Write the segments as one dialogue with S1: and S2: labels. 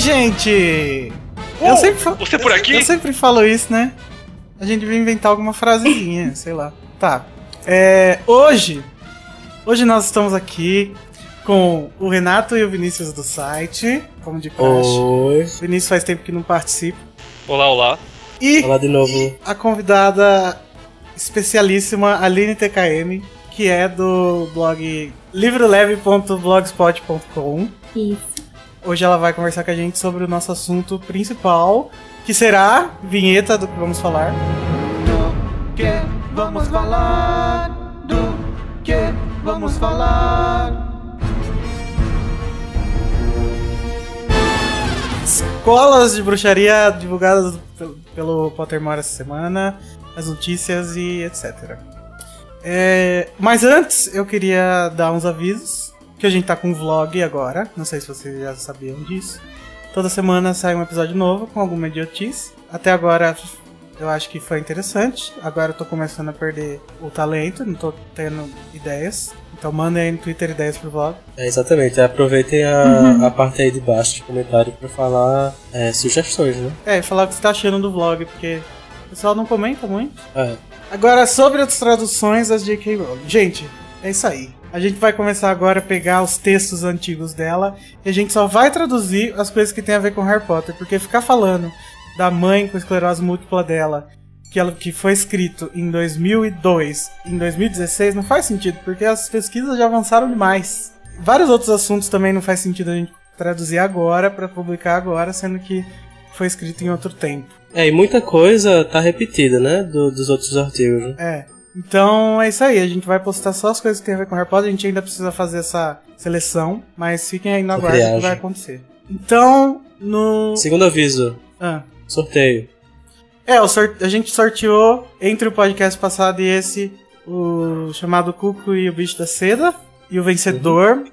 S1: gente!
S2: Uou,
S1: eu sempre fa-
S2: você por aqui?
S1: Eu sempre falo isso, né? A gente vai inventar alguma frasezinha, sei lá. Tá. É, hoje, hoje nós estamos aqui com o Renato e o Vinícius do site, como de praxe.
S3: Oi.
S1: O Vinícius faz tempo que não participa.
S2: Olá, olá.
S1: E
S3: Olá de novo.
S1: a convidada especialíssima Aline TKM, que é do blog livroleve.blogspot.com.
S4: Isso.
S1: Hoje ela vai conversar com a gente sobre o nosso assunto principal, que será vinheta do que vamos falar. vamos falar? Do que vamos falar? Escolas de bruxaria divulgadas pelo- pelo Pottermore essa semana, as notícias e etc. É, mas antes, eu queria dar uns avisos. Que a gente tá com um vlog agora. Não sei se vocês já sabiam disso. Toda semana sai um episódio novo com alguma idiotice. Até agora eu acho que foi interessante. Agora eu tô começando a perder o talento, não tô tendo ideias. Então mandem aí no Twitter ideias pro vlog.
S3: É, exatamente. Aproveitem a, a parte aí de baixo de comentário pra falar é, sugestões, né?
S1: É, e falar o que você tá achando do vlog, porque o pessoal não comenta muito.
S3: É.
S1: Agora, sobre as traduções das J.K. Rowling. Gente, é isso aí. A gente vai começar agora a pegar os textos antigos dela e a gente só vai traduzir as coisas que tem a ver com Harry Potter, porque ficar falando da mãe com esclerose múltipla dela, que, ela, que foi escrito em 2002, em 2016, não faz sentido, porque as pesquisas já avançaram demais. Vários outros assuntos também não faz sentido a gente traduzir agora, pra publicar agora, sendo que foi escrito em outro tempo.
S3: É, e muita coisa tá repetida, né? do- dos outros artigos. né?
S1: É. Então é isso aí, a gente vai postar só as coisas que tem a ver com Harry Potter, a gente ainda precisa fazer essa seleção, mas fiquem aí no
S3: Essa
S1: aguardo que
S3: triagem.
S1: vai acontecer. Então, no.
S3: Segundo aviso,
S1: Ah.
S3: sorteio.
S1: É, o sor- a gente sorteou entre o podcast passado e esse o chamado Cuco e o Bicho da Seda. E o vencedor
S3: Uhum.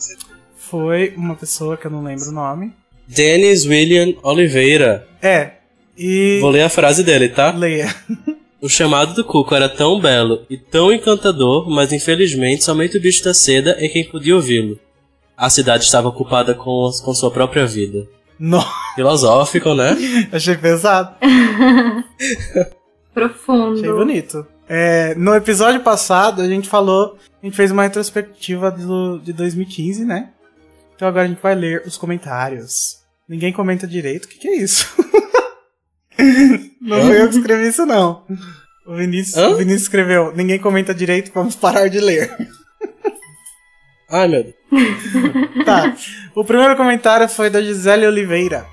S1: foi uma pessoa que eu não lembro o nome.
S3: Dennis William Oliveira.
S1: É. E.
S3: Vou ler a frase dele, tá?
S1: Leia.
S3: O chamado do Cuco era tão belo e tão encantador, mas infelizmente somente o bicho da seda é quem podia ouvi-lo. A cidade estava ocupada com, com sua própria vida.
S1: Não,
S3: Filosófico, né?
S1: achei pesado.
S4: Profundo.
S1: Achei bonito. É, no episódio passado, a gente falou, a gente fez uma retrospectiva do, de 2015, né? Então agora a gente vai ler os comentários. Ninguém comenta direito, o que, que é isso? não fui eu que escrevi isso, não. O Vinícius,
S3: Hã?
S1: o Vinícius escreveu, ninguém comenta direito, vamos parar de ler.
S3: Ai, meu Deus.
S1: Tá. O primeiro comentário foi da Gisele Oliveira.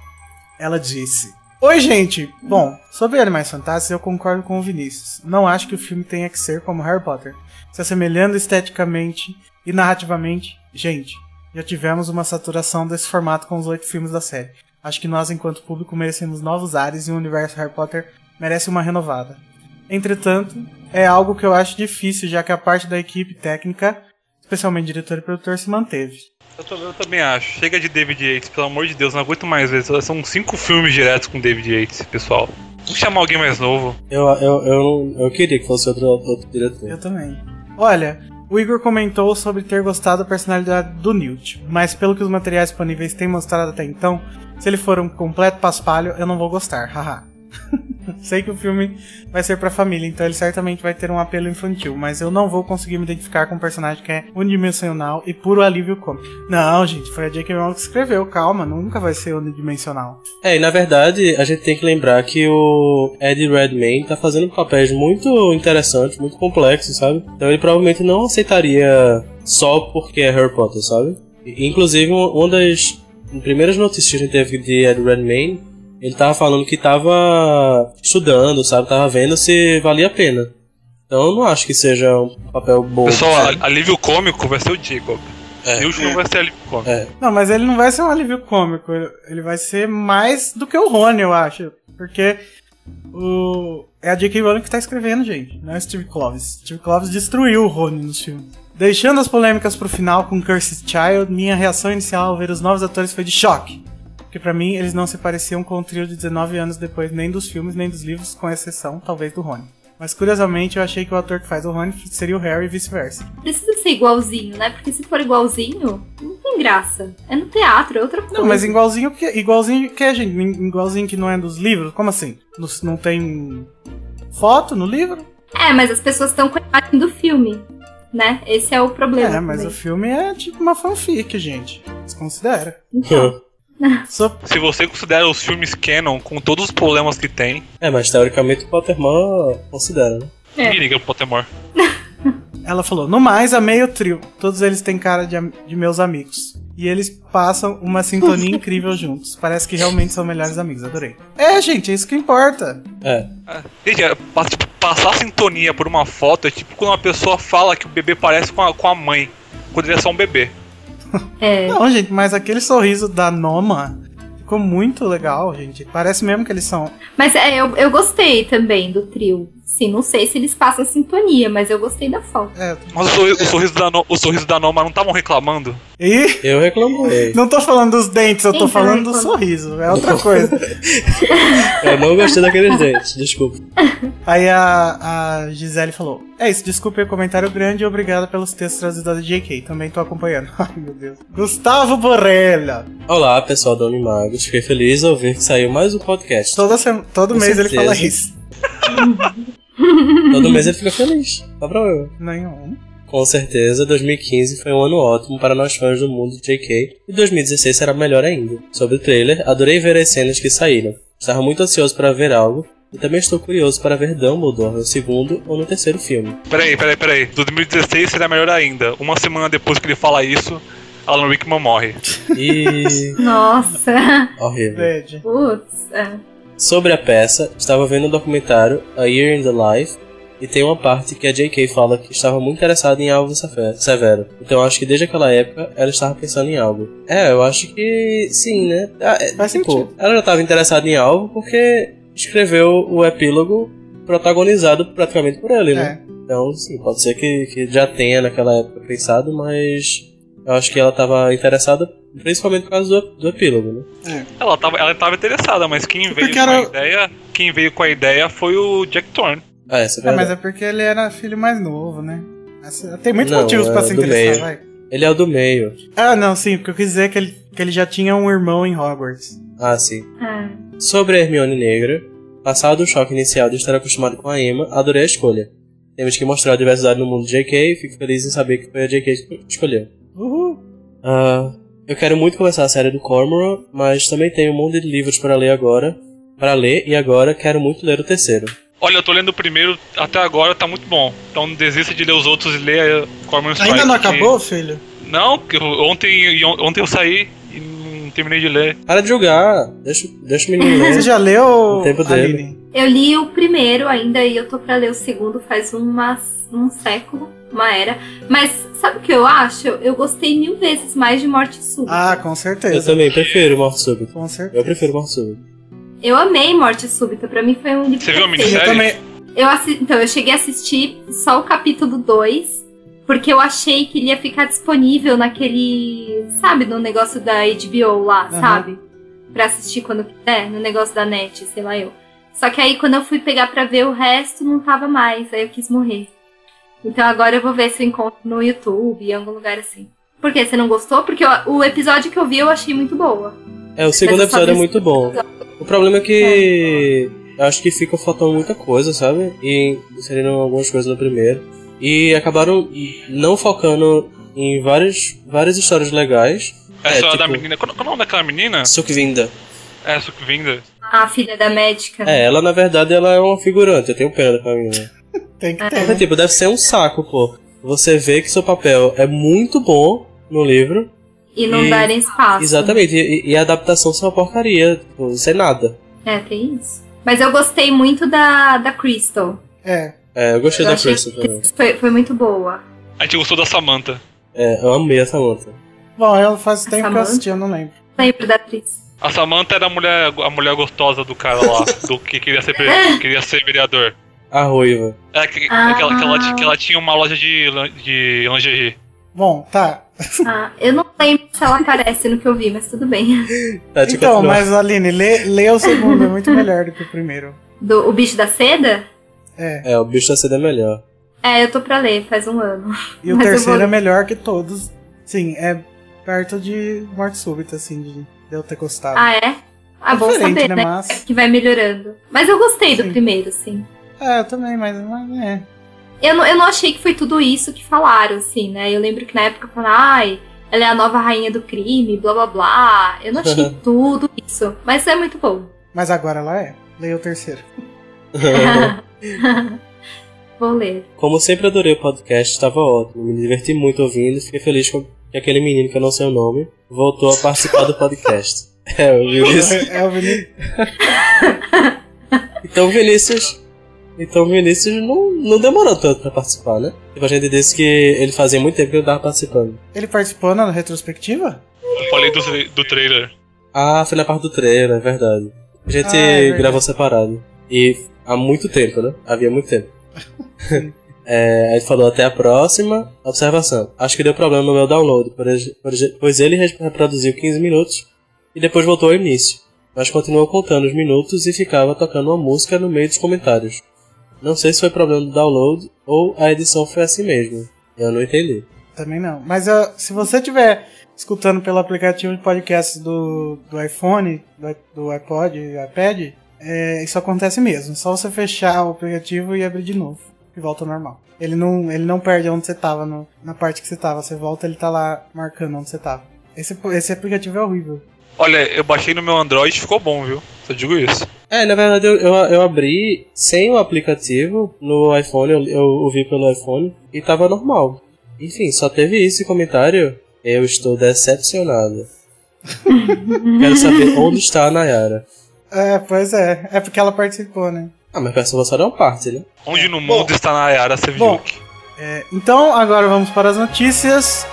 S1: Ela disse: Oi, gente! Bom, sobre Animais Fantásticos eu concordo com o Vinícius. Não acho que o filme tenha que ser como Harry Potter. Se assemelhando esteticamente e narrativamente, gente, já tivemos uma saturação desse formato com os oito filmes da série. Acho que nós, enquanto público, merecemos novos ares e o universo Harry Potter merece uma renovada. Entretanto, é algo que eu acho difícil, já que a parte da equipe técnica, especialmente diretor e produtor, se manteve.
S2: Eu, tô- eu também acho. Chega de David Yates, pelo amor de Deus, não aguento mais ver. Só- São cinco filmes diretos com David Yates, pessoal. Vamos chamar alguém mais novo.
S3: Eu, eu, eu, eu queria que fosse outro, outro diretor.
S1: Eu também. Olha, o Igor comentou sobre ter gostado da personalidade do Newt, mas pelo que os materiais disponíveis têm mostrado até então, se ele for um completo paspalho, eu não vou gostar, haha. Sei que o filme vai ser pra família, então ele certamente vai ter um apelo infantil, mas eu não vou conseguir me identificar com um personagem que é unidimensional e puro alívio cômico. Não, gente, foi a J.K. Rowling que escreveu, calma, nunca vai ser unidimensional.
S3: É, e na verdade, a gente tem que lembrar que o Eddie Redmayne tá fazendo papéis muito interessantes, muito complexos, sabe? Então ele provavelmente não aceitaria só porque é Harry Potter, sabe? E, inclusive, um- uma das primeiras notícias que a gente teve de Eddie Redmayne, ele tava falando que tava estudando, sabe? Tava vendo se valia a pena. Então eu não acho que seja um papel bom.
S2: Pessoal, a- alívio cômico vai ser o Jacob.
S3: É.
S2: E o Ju vai ser alívio cômico.
S3: É.
S1: Não, mas ele não vai ser um alívio cômico. ele- Ele vai ser mais do que o Rony, eu acho. Porque o... é a J.K. Rowling que tá escrevendo, gente. Não é o Steve Clovis. Steve Clovis destruiu o Rony nos filmes. Deixando as polêmicas pro final com Cursed Child, minha reação inicial ao ver os novos atores foi de choque. Porque pra mim eles não se pareciam com o trio de 19 anos depois, nem dos filmes, nem dos livros, com exceção, talvez, do Rony. Mas curiosamente eu achei que o ator que faz o Rony seria o Harry e vice-versa.
S4: Precisa ser igualzinho, né? Porque se for igualzinho, não tem tem graça. É no teatro, é outra coisa.
S1: Não, mas igualzinho que, igualzinho que a gente, igualzinho que não é dos livros, como assim? Não, não tem foto no livro?
S4: É, mas as pessoas estão com a imagem do filme, né? Esse é o problema.
S1: é, mas
S4: também.
S1: o filme é tipo uma fanfic, gente. Desconsidera.
S3: É.
S1: Só-
S2: Se você considera os filmes canon com todos os problemas que tem,
S3: É, mas teoricamente o Pottermore considera, né?
S4: É.
S2: me liga pro Pottermore.
S1: Ela falou, no mais, amei o trio. Todos eles têm cara de, am- de meus amigos. E eles passam uma sintonia incrível juntos. Parece que realmente são melhores amigos, adorei. É, gente, é isso que importa.
S3: É.
S2: Ah, Gente, é, pa- tipo, passar sintonia por uma foto é tipo quando uma pessoa fala que o bebê parece com a, com a mãe, quando ele é só um bebê.
S4: É.
S1: Não, gente, mas aquele sorriso da Noma ficou muito legal, gente. Parece mesmo que eles são.
S4: Mas é, eu, eu gostei também do trio. Sim, não sei se eles passam sintonia, mas eu gostei da foto.
S1: É.
S2: Mas o, sorri- o sorriso, da no, o sorriso da Noma não estavam reclamando?
S1: E
S3: Eu reclamei.
S1: não tô falando dos dentes, eu tô
S4: Então,
S1: falando do
S4: quando-
S1: sorriso. É outra coisa.
S3: Eu não gostei daqueles dentes, desculpa.
S1: Aí a, a Gisele falou: É isso, desculpe o comentário grande e obrigada pelos textos trazidos da JK. Também tô acompanhando. Ai, meu Deus. Gustavo Borrella.
S3: Olá, pessoal do Animagos. Fiquei feliz ao ver que saiu mais um podcast.
S1: Toda sema- todo
S3: Com
S1: mês ele
S3: certeza.
S1: fala isso.
S3: Todo mês ele fica feliz. Só pra eu.
S1: Nenhum.
S3: Com certeza, 2015 foi um ano ótimo para nós fãs do mundo de JK e 2016 será melhor ainda. Sobre o trailer, adorei ver as cenas que saíram. Estava muito ansioso para ver algo e também estou curioso para ver Dumbledore no segundo ou no terceiro filme.
S2: Peraí, peraí, peraí. 2016 será melhor ainda. Uma semana depois que ele fala isso, Alan Rickman morre.
S3: E.
S4: Nossa.
S3: horrível.
S1: Verde.
S4: Putz. é.
S3: Sobre a peça, estava vendo o documentário A Year in the Life e tem uma parte que a JK fala que estava muito interessada em Alvo Sefe- Severo. Então acho que desde aquela época ela estava pensando em algo. É, eu acho que sim, né? Ah, é,
S1: Faz sentido.
S3: ela já estava interessada em algo porque escreveu o epílogo protagonizado praticamente por ele, né?
S1: É.
S3: Então, sim, pode ser que, que já tenha naquela época pensado, mas eu acho que ela estava interessada principalmente por causa do, do epílogo, né?
S2: Ela tava, ela tava interessada, mas quem
S1: É Porque
S2: veio com
S1: era-
S2: a ideia. Quem veio com a ideia foi o Jack Thorne.
S3: Ah, essa é
S1: É,
S3: verdade.
S1: mas é porque ele era filho mais novo, né? Essa- Tem muitos
S3: Não,
S1: motivos pra
S3: é
S1: se
S3: do
S1: interessar,
S3: meio.
S1: vai.
S3: Ele é o do meio.
S1: Ah, não, sim, porque eu quis dizer que ele, que ele já tinha um irmão em Hogwarts.
S3: Ah, sim.
S4: Ah,
S3: Sobre a Hermione Negra, passado o choque inicial de estar acostumado com a Emma, adorei a escolha. Temos que mostrar a diversidade no mundo de JK e fico feliz em saber que foi a JK que escolheu.
S1: Uhul!
S3: Ah, eu quero muito começar a série do Cormoran, mas também tenho um monte de livros para ler agora. Para ler, e agora quero muito ler o terceiro.
S2: Olha, eu tô lendo o primeiro até agora, tá muito bom. Então não desista de ler os outros e ler eh, Corman Strike.
S1: Ainda não
S2: que-
S1: acabou, filho?
S2: Não, que eu- ontem, e on- ontem eu saí e não terminei de ler.
S3: Para de julgar! Deixa, deixa o menino
S1: Você
S3: ler.
S1: já leu,
S3: O tempo dele.
S1: Aline?
S4: eu li o primeiro ainda e eu tô pra ler o segundo faz umas, um século, uma era. Mas sabe o que eu acho? Eu gostei mil vezes mais de Morte Súbita.
S1: Ah, com
S3: Eu
S1: certeza.
S3: também prefiro Morte Súbita.
S1: Com certeza.
S3: Eu prefiro Morte Súbita.
S4: Eu amei Morte Súbita, pra mim foi um livro
S2: Você viu a
S4: perfeito.
S1: Eu
S2: Sério?
S1: também.
S4: Eu assi- Então, eu cheguei a assistir só o capítulo 2, porque eu achei que ele ia ficar disponível naquele. Sabe, no negócio da HBO lá,
S1: Aham.
S4: sabe? Pra assistir quando quiser, no negócio da net, sei lá eu. Só que aí quando eu fui pegar pra ver o resto, não tava mais, aí eu quis morrer. Então agora eu vou ver se eu encontro no YouTube, em algum lugar assim. Por quê? Você não gostou? Porque eu- o episódio que eu vi eu achei muito boa.
S3: É, o segundo
S4: Mas eu só
S3: episódio é
S4: vi-
S3: muito bom. O problema é que
S4: É.
S3: eu acho que fica faltando muita coisa, sabe? E inseriram algumas coisas no primeiro. E acabaram não focando em várias, várias histórias legais. É,
S2: Essa é,
S3: tipo-
S2: da menina. Qual, qual o nome daquela menina?
S3: Sukvinda.
S2: É, Sukvinda.
S4: A filha da médica.
S3: É, ela na verdade ela é uma figurante, eu tenho pena pra mim.
S1: Tem que
S3: Mas,
S1: ter.
S3: tipo, deve ser um saco, pô. Você vê que seu papel é muito bom no livro.
S4: E não
S3: E-
S4: darem espaço.
S3: Exatamente. E, e a adaptação é uma porcaria. Tipo, não sei nada.
S4: É, tem isso. Mas eu gostei muito da, da Crystal.
S1: É.
S3: É, eu gostei
S4: Eu
S3: da
S4: achei
S3: Crystal também.
S4: Foi, foi muito boa.
S2: A gente gostou da Samantha.
S3: É, eu amei essa luta.
S1: Bom, eu faz tempo que eu
S4: Samantha?
S1: assisti, eu não lembro.
S4: Lembro da atriz.
S2: A Samantha era a mulher, a mulher gostosa do cara lá, do que queria ser, pre- queria ser vereador.
S3: A ruiva.
S2: É, que,
S4: Ah.
S2: aquela, que, ela, ti- que ela tinha uma loja de, lan- de lingerie.
S1: Bom, tá.
S4: Ah, eu não lembro se ela aparece no que eu vi, mas tudo bem.
S3: Tá, deixa eu
S1: Então,
S3: continuar.
S1: mas Aline, lê, lê o segundo, é muito melhor do que o primeiro.
S4: Do, o bicho da seda?
S1: É.
S3: É, o bicho da seda é melhor.
S4: É, eu tô pra ler, faz um ano.
S1: E o
S4: Mas eu
S1: terceiro
S4: vou-
S1: é melhor que todos. Sim, é perto de morte súbita, assim, de eu ter gostado.
S4: Ah, é? Ah,
S1: É
S4: bom
S1: diferente,
S4: saber,
S1: né,
S4: né?
S1: mas-
S4: Que vai melhorando. Mas eu gostei do
S1: Sim.
S4: primeiro, sim.
S1: É, eu também, mas, mas é.
S4: Eu não, eu não achei que foi tudo isso que falaram, assim, né? Eu lembro que na época falaram, ai, ela é a nova rainha do crime, blá blá blá. Eu não achei tudo isso. Mas é muito bom.
S1: Mas agora ela é. Leia o terceiro.
S4: Vou ler.
S3: Como sempre adorei o podcast, estava ótimo. Me diverti muito ouvindo e fiquei feliz com que aquele menino que eu não sei o nome voltou a participar do podcast. É, o Vinícius.
S1: É o Vinícius.
S3: Então Vinícius. Então Vinícius não, não demorou tanto pra participar, né? Tipo, a gente disse que ele fazia muito tempo que ele tava participando.
S1: Ele participou na retrospectiva?
S2: Eu falei do, tra- do trailer.
S3: Ah, foi na parte do trailer, é verdade. A gente
S1: Ah, é verdade.
S3: gravou separado. E há muito tempo, né? Havia muito tempo. é, aí ele falou até a próxima observação. Acho que deu problema no meu download, por ex- por ex- pois ele re- reproduziu 15 minutos e depois voltou ao início. Mas continuou contando os minutos e ficava tocando uma música no meio dos comentários. Não sei se foi problema do download ou a edição foi assim mesmo. Eu não entendi.
S1: Também não. Mas ó, se você estiver escutando pelo aplicativo de podcast do, do iPhone, do, do iPod, iPad, é, isso acontece mesmo. É só você fechar o aplicativo e abrir de novo. E volta ao normal. Ele não, ele não perde onde você tava, no- na parte que você tava. Você volta, ele tá lá marcando onde você tava. Esse, esse aplicativo é horrível.
S2: Olha, eu baixei no meu Android e ficou bom, viu? Só digo isso.
S3: É, na verdade eu, eu, eu abri sem o aplicativo no iPhone, eu, eu ouvi pelo iPhone e tava normal. Enfim, só teve esse comentário. Eu estou decepcionado. Quero saber onde está a Nayara.
S1: É, pois é. É porque ela participou, né?
S3: Ah, mas peça você não parte, né?
S2: Onde no mundo está Nayara
S1: Bom.
S2: Sevjuk?
S1: É, então, agora vamos para as notícias.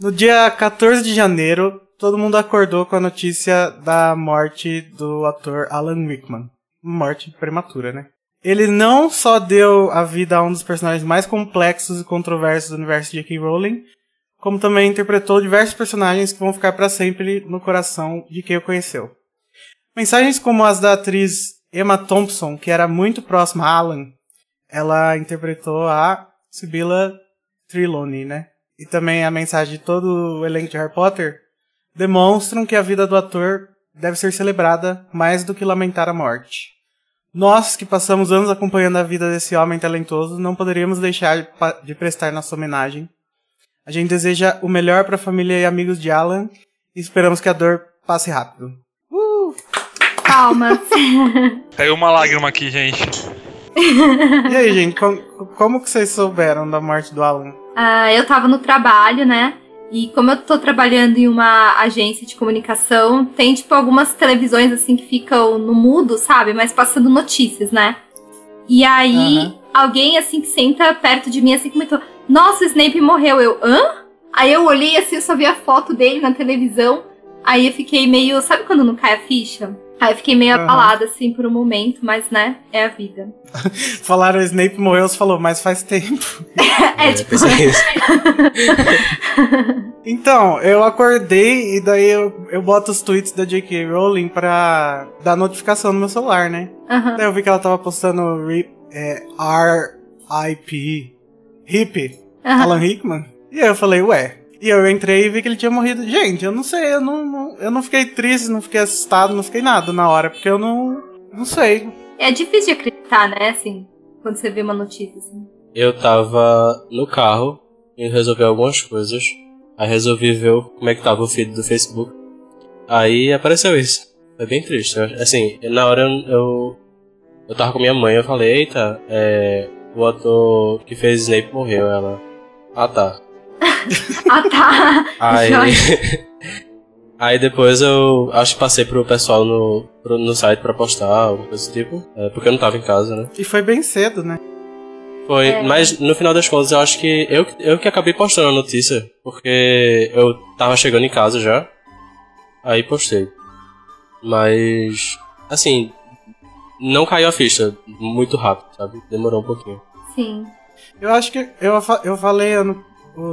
S1: No dia 14 de janeiro, todo mundo acordou com a notícia da morte do ator Alan Rickman. Morte prematura, né? Ele não só deu a vida a um dos personagens mais complexos e controversos do universo de J.K. Rowling, como também interpretou diversos personagens que vão ficar para sempre no coração de quem o conheceu. Mensagens como as da atriz Emma Thompson, que era muito próxima a Alan, ela interpretou a Sibila Trelawney, né? E também a mensagem de todo o elenco de Harry Potter demonstram que a vida do ator deve ser celebrada mais do que lamentar a morte. Nós, que passamos anos acompanhando a vida desse homem talentoso, não poderíamos deixar de pa- de prestar nossa homenagem. A gente deseja o melhor para a família e amigos de Alan e esperamos que a dor passe rápido.
S4: Calma.
S2: Caiu uma lágrima aqui, gente.
S1: E aí, gente, com- como, que vocês souberam da morte do Alan?
S4: Ah, eu tava no trabalho, né? E como eu tô trabalhando em uma agência de comunicação, tem tipo algumas televisões assim que ficam no mudo, sabe? Mas passando notícias, né? E aí
S1: Aham.
S4: alguém assim que senta perto de mim assim comentou: "Nossa, o Snape morreu". Eu: "Hã?". Aí eu olhei assim, eu só vi a foto dele na televisão. Aí eu fiquei meio, sabe quando não cai a ficha? Aí eu fiquei meio
S1: Aham.
S4: abalada assim por um momento, mas né, é a vida.
S1: Falaram o Snape morreu, você falou, mas faz tempo.
S4: É, tipo,
S3: pensei isso.
S1: Então, eu acordei e daí eu, eu boto os tweets da J.K. Rowling pra dar notificação no meu celular, né?
S4: aham.
S1: Daí eu vi que ela tava postando RIP, é, R.I.P. Hip,
S4: aham.
S1: Alan Rickman. E aí eu falei, ué. E eu entrei e vi que ele tinha morrido. Gente, eu não sei, eu não, não- eu não fiquei triste, não fiquei assustado, não fiquei nada na hora, porque eu não, não sei.
S4: É difícil de acreditar, né? Assim, quando você vê uma notícia assim.
S3: Eu tava no carro e resolvi algumas coisas. Aí resolvi ver o- como é que tava o feed do Facebook. Aí apareceu isso. Foi bem triste. Eu- Assim, na hora eu, eu, eu tava com minha mãe, eu falei, eita, é, o ator que fez Snape morreu, ela. Ah tá.
S4: Ah, tá!
S3: Aí.
S4: Joia.
S3: Aí depois eu acho que passei pro pessoal no, pro- no site pra postar, alguma coisa do tipo. É, porque eu não tava em casa, né?
S1: E foi bem cedo, né?
S3: Foi,
S4: É.
S3: mas no final das contas eu acho que eu, eu que acabei postando a notícia, porque eu tava chegando em casa já, aí postei. Mas, assim, não caiu a ficha muito rápido, sabe? Demorou um pouquinho.
S4: Sim.
S1: Eu acho que eu, fa- eu falei no,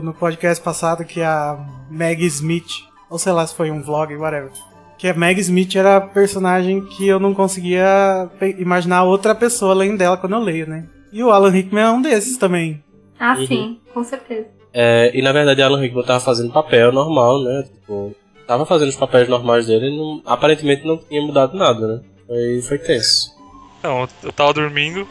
S1: no podcast passado que a Meg Smith, ou sei lá se foi um vlog, whatever, que a Meg Smith era a personagem que eu não conseguia pe- imaginar outra pessoa além dela quando eu leio, né? E o Alan Rickman é um desses também.
S4: Ah,
S3: Uhum.
S4: sim, com certeza.
S3: É, e na verdade Alan Rickman tava fazendo papel normal, né? Tipo, tava fazendo os papéis normais dele e não- aparentemente não tinha mudado nada, né? Foi, foi tenso.
S2: Não, eu tava dormindo,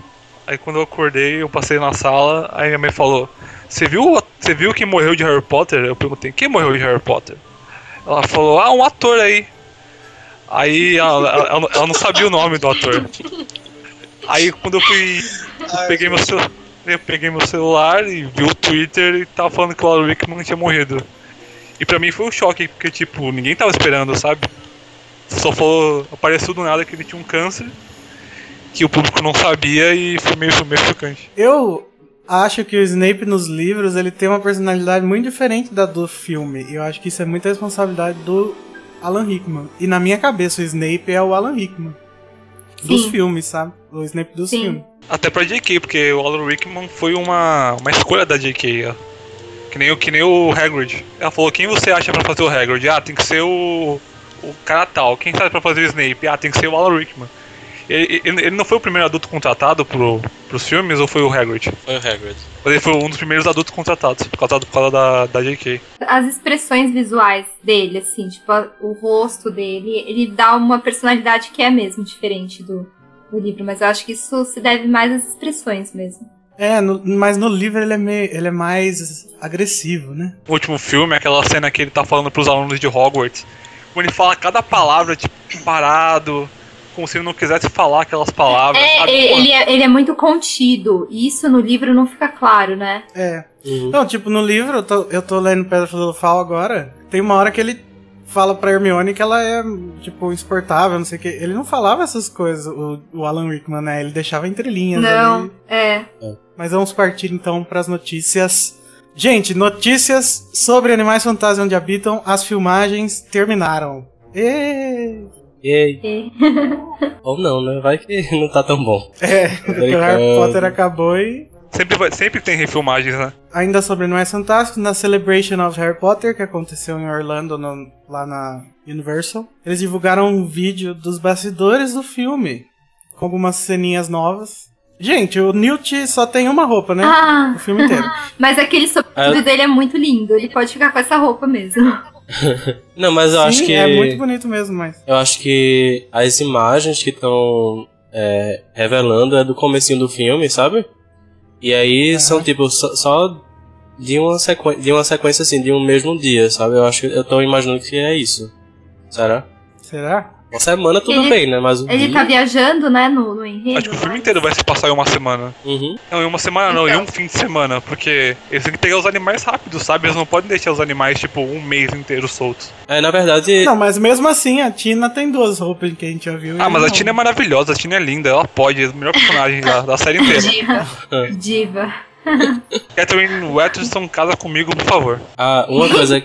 S2: aí quando eu acordei, eu passei na sala, aí minha mãe falou: Você viu, você viu quem morreu de Harry Potter? Eu perguntei: Quem morreu de Harry Potter? Ela falou: Ah, um ator aí. Aí ela, ela- ela não- ela não sabia o nome do ator. Aí quando eu fui. eu peguei, meu celu- eu peguei meu celular e vi o Twitter e tava falando que o Alan Rickman tinha morrido. E pra mim foi um choque, porque tipo, ninguém tava esperando, sabe? Só falou. Apareceu do nada que ele tinha um câncer que o público não sabia e foi meio, foi meio chocante.
S1: Eu acho que o Snape nos livros ele tem uma personalidade muito diferente da do filme. E eu acho que isso é muita responsabilidade do Alan Rickman. E na minha cabeça o Snape é o Alan Rickman. Dos
S4: Sim.
S1: filmes, sabe? O Snape dos
S4: Sim.
S1: filmes.
S2: Até pra JK, porque o Alan Rickman foi uma, uma escolha da JK, ó. Que nem, o- que nem o Hagrid. Ela falou, quem você acha pra fazer o Hagrid? Ah, tem que ser o, o cara tal. Quem sabe pra fazer o Snape? Ah, tem que ser o Alan Rickman. Ele, ele, ele não foi o primeiro adulto contratado pro, pros filmes, ou foi o Hagrid?
S3: Foi o Hagrid.
S2: Mas ele foi um dos primeiros adultos contratados, por causa, por causa da, da JK.
S4: As expressões visuais dele, assim, tipo, a- o rosto dele, ele dá uma personalidade que é mesmo diferente do, do livro, mas eu acho que isso se deve mais às expressões mesmo.
S1: É, no- mas no livro ele é, meio, ele é mais agressivo, né?
S2: no último filme, aquela cena que ele tá falando pros alunos de Hogwarts, como ele fala cada palavra, tipo, parado, como se ele não quisesse falar aquelas palavras.
S3: Ah,
S4: É,
S2: sabe?
S4: e- ele é, ele é muito contido, e isso no livro não fica claro, né?
S1: É.
S3: Uhum.
S1: Não, tipo, no livro, eu tô, eu tô lendo Pedra Filosofal agora, tem uma hora que ele fala pra Hermione que ela é, tipo, insuportável, não sei o que. Ele não falava essas coisas, o, o Alan Rickman, né? Ele deixava entrelinhas
S4: Não,
S1: ali.
S4: é.
S1: Mas vamos partir, então, pras notícias. Gente, notícias sobre Animais Fantásticos Onde Habitam. As filmagens terminaram. Ê!
S3: E aí?
S4: E-
S3: Ou não, né? Vai que não tá tão bom.
S1: É, o Harry
S3: brincando.
S1: Potter acabou e...
S2: Sempre, vai- sempre tem refilmagens, né?
S1: Ainda sobre Animais Fantásticos, na Celebration of Harry Potter, que aconteceu em Orlando, no- lá na Universal, eles divulgaram um vídeo dos bastidores do filme, com algumas ceninhas novas. Gente, o Newt só tem uma roupa, né?
S4: Ah,
S1: O filme inteiro.
S4: mas aquele sobretudo
S3: Ah.
S4: dele é muito lindo, ele pode ficar com essa roupa mesmo.
S3: Não, mas eu
S1: Sim,
S3: acho que.
S1: é muito bonito mesmo, mas...
S3: Eu acho que as imagens que estão revelando é do comecinho do filme, sabe? E aí
S1: Aham.
S3: são tipo só, só de uma sequência, de uma sequência assim, de um mesmo dia, sabe? Eu acho que eu tô imaginando que é isso. Será?
S1: Será?
S3: Uma semana tudo
S4: Ele-
S3: bem, né? Mas um
S4: Ele
S3: dia-
S4: tá viajando, né, no, no enredo.
S2: Uhum. Acho que o filme inteiro vai se passar em uma semana.
S3: Uhum.
S2: Não, em uma semana não, em
S4: Então.
S2: um fim de semana, porque eles têm que pegar os animais rápido, sabe? Eles não podem deixar os animais, tipo, um mês inteiro soltos.
S3: É, na verdade,
S1: Não, mas mesmo assim, a Tina tem duas roupas que a gente já viu. e
S2: Ah, mas
S1: não.
S2: a Tina é maravilhosa, a Tina é linda, ela pode, é o melhor personagem da, da série inteira.
S4: Diva. Diva.
S2: Catherine Watterson, casa comigo, por favor.
S3: Ah, uma coisa,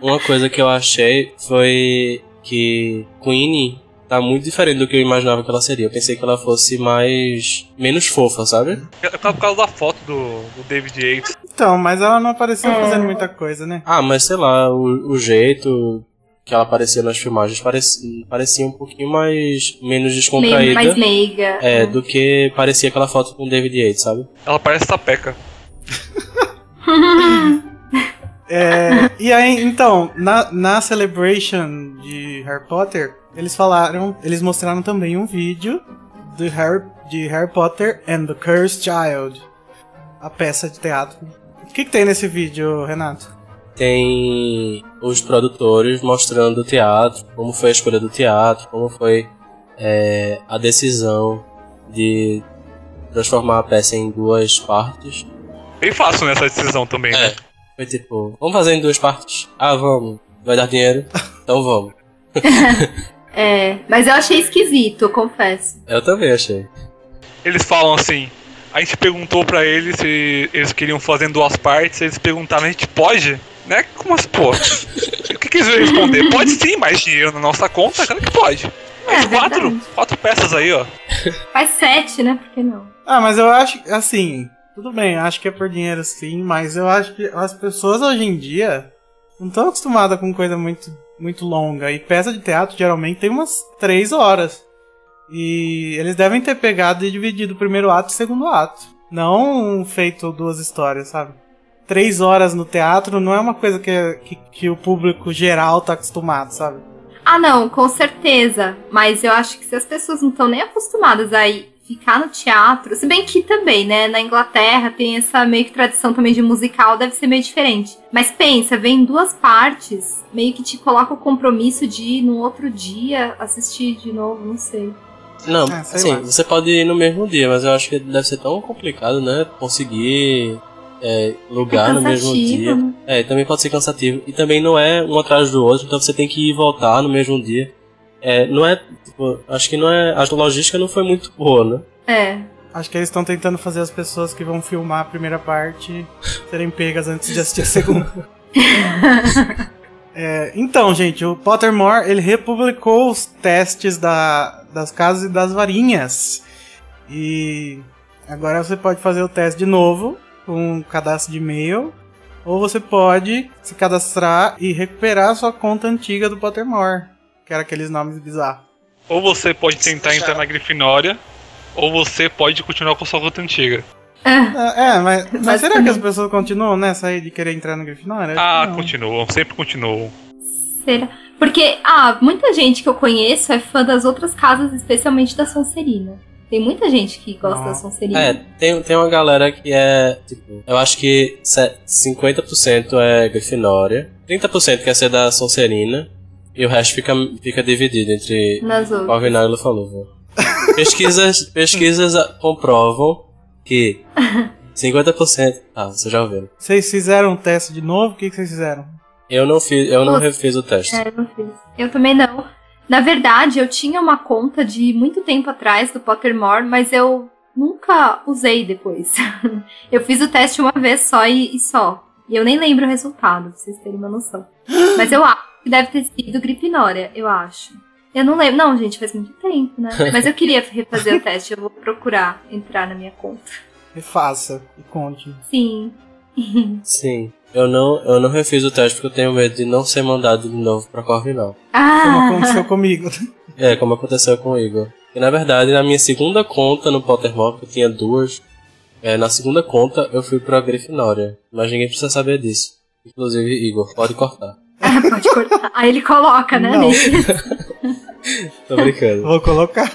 S3: uma coisa que eu achei foi que Queenie tá muito diferente do que eu imaginava que ela seria. Eu pensei que ela fosse mais menos fofa, sabe?
S2: É por causa- por causa da foto do, do David Yates.
S1: Então, mas ela não apareceu
S4: É.
S1: fazendo muita coisa, né?
S3: Ah, mas sei lá, o, o jeito que ela aparecia nas filmagens parecia, parecia um pouquinho mais menos
S4: Meio
S3: descontraída.
S4: mais meiga.
S3: É, do que parecia aquela foto com o David Yates, sabe?
S2: Ela parece sapeca.
S1: É, e aí, então, na, na Celebration de Harry Potter, eles falaram, eles mostraram também um vídeo do Harry, de Harry Potter and the Cursed Child, a peça de teatro. O que, que tem nesse vídeo, Renato?
S3: Tem os produtores mostrando o teatro, como foi a escolha do teatro, como foi é, a decisão de transformar a peça em duas partes.
S2: Bem fácil nessa decisão também, né?
S3: Foi tipo, vamos fazer em duas partes? Ah, vamos. Vai dar dinheiro? Então vamos.
S4: É, mas eu achei esquisito, eu confesso.
S3: Eu também achei.
S2: Eles falam assim: A gente perguntou pra eles se eles queriam fazer em duas partes, eles perguntaram, a gente pode? Né? Como assim, pô? o que, que eles iam responder? Pode sim, mais dinheiro na nossa conta, claro que pode. Mais
S4: É,
S2: quatro,
S4: verdade.
S2: quatro peças aí, ó.
S4: Faz sete, né? Por que não?
S1: Ah, mas eu acho, assim, tudo bem, acho que é por dinheiro sim, mas eu acho que as pessoas hoje em dia não estão acostumadas com coisa muito, muito longa. E peça de teatro geralmente tem umas três horas. E eles devem ter pegado e dividido o primeiro ato e o segundo ato. Não um feito duas histórias, sabe? Três horas no teatro não é uma coisa que, que, que o público geral tá acostumado, sabe?
S4: Ah, não, com certeza. Mas eu acho que se as pessoas não estão nem acostumadas a ir ficar no teatro, se bem que também, né? Na Inglaterra tem essa meio que tradição também de musical, deve ser meio diferente. Mas pensa, vem em duas partes, meio que te coloca o compromisso de ir no outro dia assistir de novo, não sei. É
S3: Não,
S1: Ah, sei
S3: assim,
S1: lá.
S3: você pode ir no mesmo dia, mas eu acho que deve ser tão complicado, né? Conseguir é, lugar no mesmo dia.
S4: né?
S3: É, também pode ser cansativo. E também não é um atrás do outro, então você tem que ir e voltar no mesmo dia. É, não é. tipo, acho que não é. A logística não foi muito boa, né?
S4: É.
S1: Acho que eles estão tentando fazer as pessoas que vão filmar a primeira parte serem pegas antes de assistir a segunda. É, então, gente, o Pottermore ele republicou os testes da- das casas e das varinhas. E agora você pode fazer o teste de novo com um cadastro de e-mail. Ou você pode se cadastrar e recuperar a sua conta antiga do Pottermore, que era aqueles nomes bizarros.
S2: Ou você pode tentar
S5: Já.
S2: entrar na Grifinória, ou você pode continuar com sua conta antiga.
S4: É.
S1: Ah, É, mas, mas
S4: Mas
S1: será que
S4: também-
S1: as pessoas continuam nessa aí de querer entrar no Grifinória?
S2: Ah,
S1: Não.
S2: continuam, sempre continuam.
S4: Será? Porque, ah, muita gente que eu conheço é fã das outras casas, especialmente da Sonserina. Tem muita gente que gosta
S1: Não.
S4: da Sonserina.
S3: É, tem, tem uma galera que é. Tipo, eu acho que se- 50% é Grifinória, 30% quer ser da Sonserina, e o resto fica, fica dividido entre
S4: Nas outras.
S3: Qual vinagre falou, vô? Pesquisas, pesquisas a- comprovam que 50%. Ah, vocês já ouviram.
S1: Vocês fizeram o teste de novo? O que, que vocês fizeram?
S3: Eu não fiz, eu não
S4: Putz.
S3: refiz o teste.
S4: É, eu não fiz. Eu também não. Na verdade, eu tinha uma conta de muito tempo atrás do Pottermore, mas eu nunca usei depois. eu fiz o teste uma vez só e, e só. E eu nem lembro o resultado, pra vocês terem uma noção. Mas eu acho que deve ter sido Grifinória, eu acho. Eu não lembro. Não, gente, faz muito tempo, né? Mas eu queria refazer o teste. Eu vou procurar entrar na minha conta.
S1: Refaça e conte.
S4: Sim.
S3: Sim. Eu não, eu não refiz o teste porque eu tenho medo de não ser mandado de novo pra Corvinal.
S1: Como
S4: Ah!
S1: aconteceu comigo.
S3: É, como aconteceu com o Igor. E na verdade, na minha segunda conta no Pottermore, que eu tinha duas, é, na segunda conta eu fui pra Grifinória. Mas ninguém precisa saber disso. Inclusive, Igor, pode cortar.
S4: Pode cortar. Aí ele coloca, né?
S1: Não.
S4: nesse-
S3: Tô brincando.
S1: Vou colocar.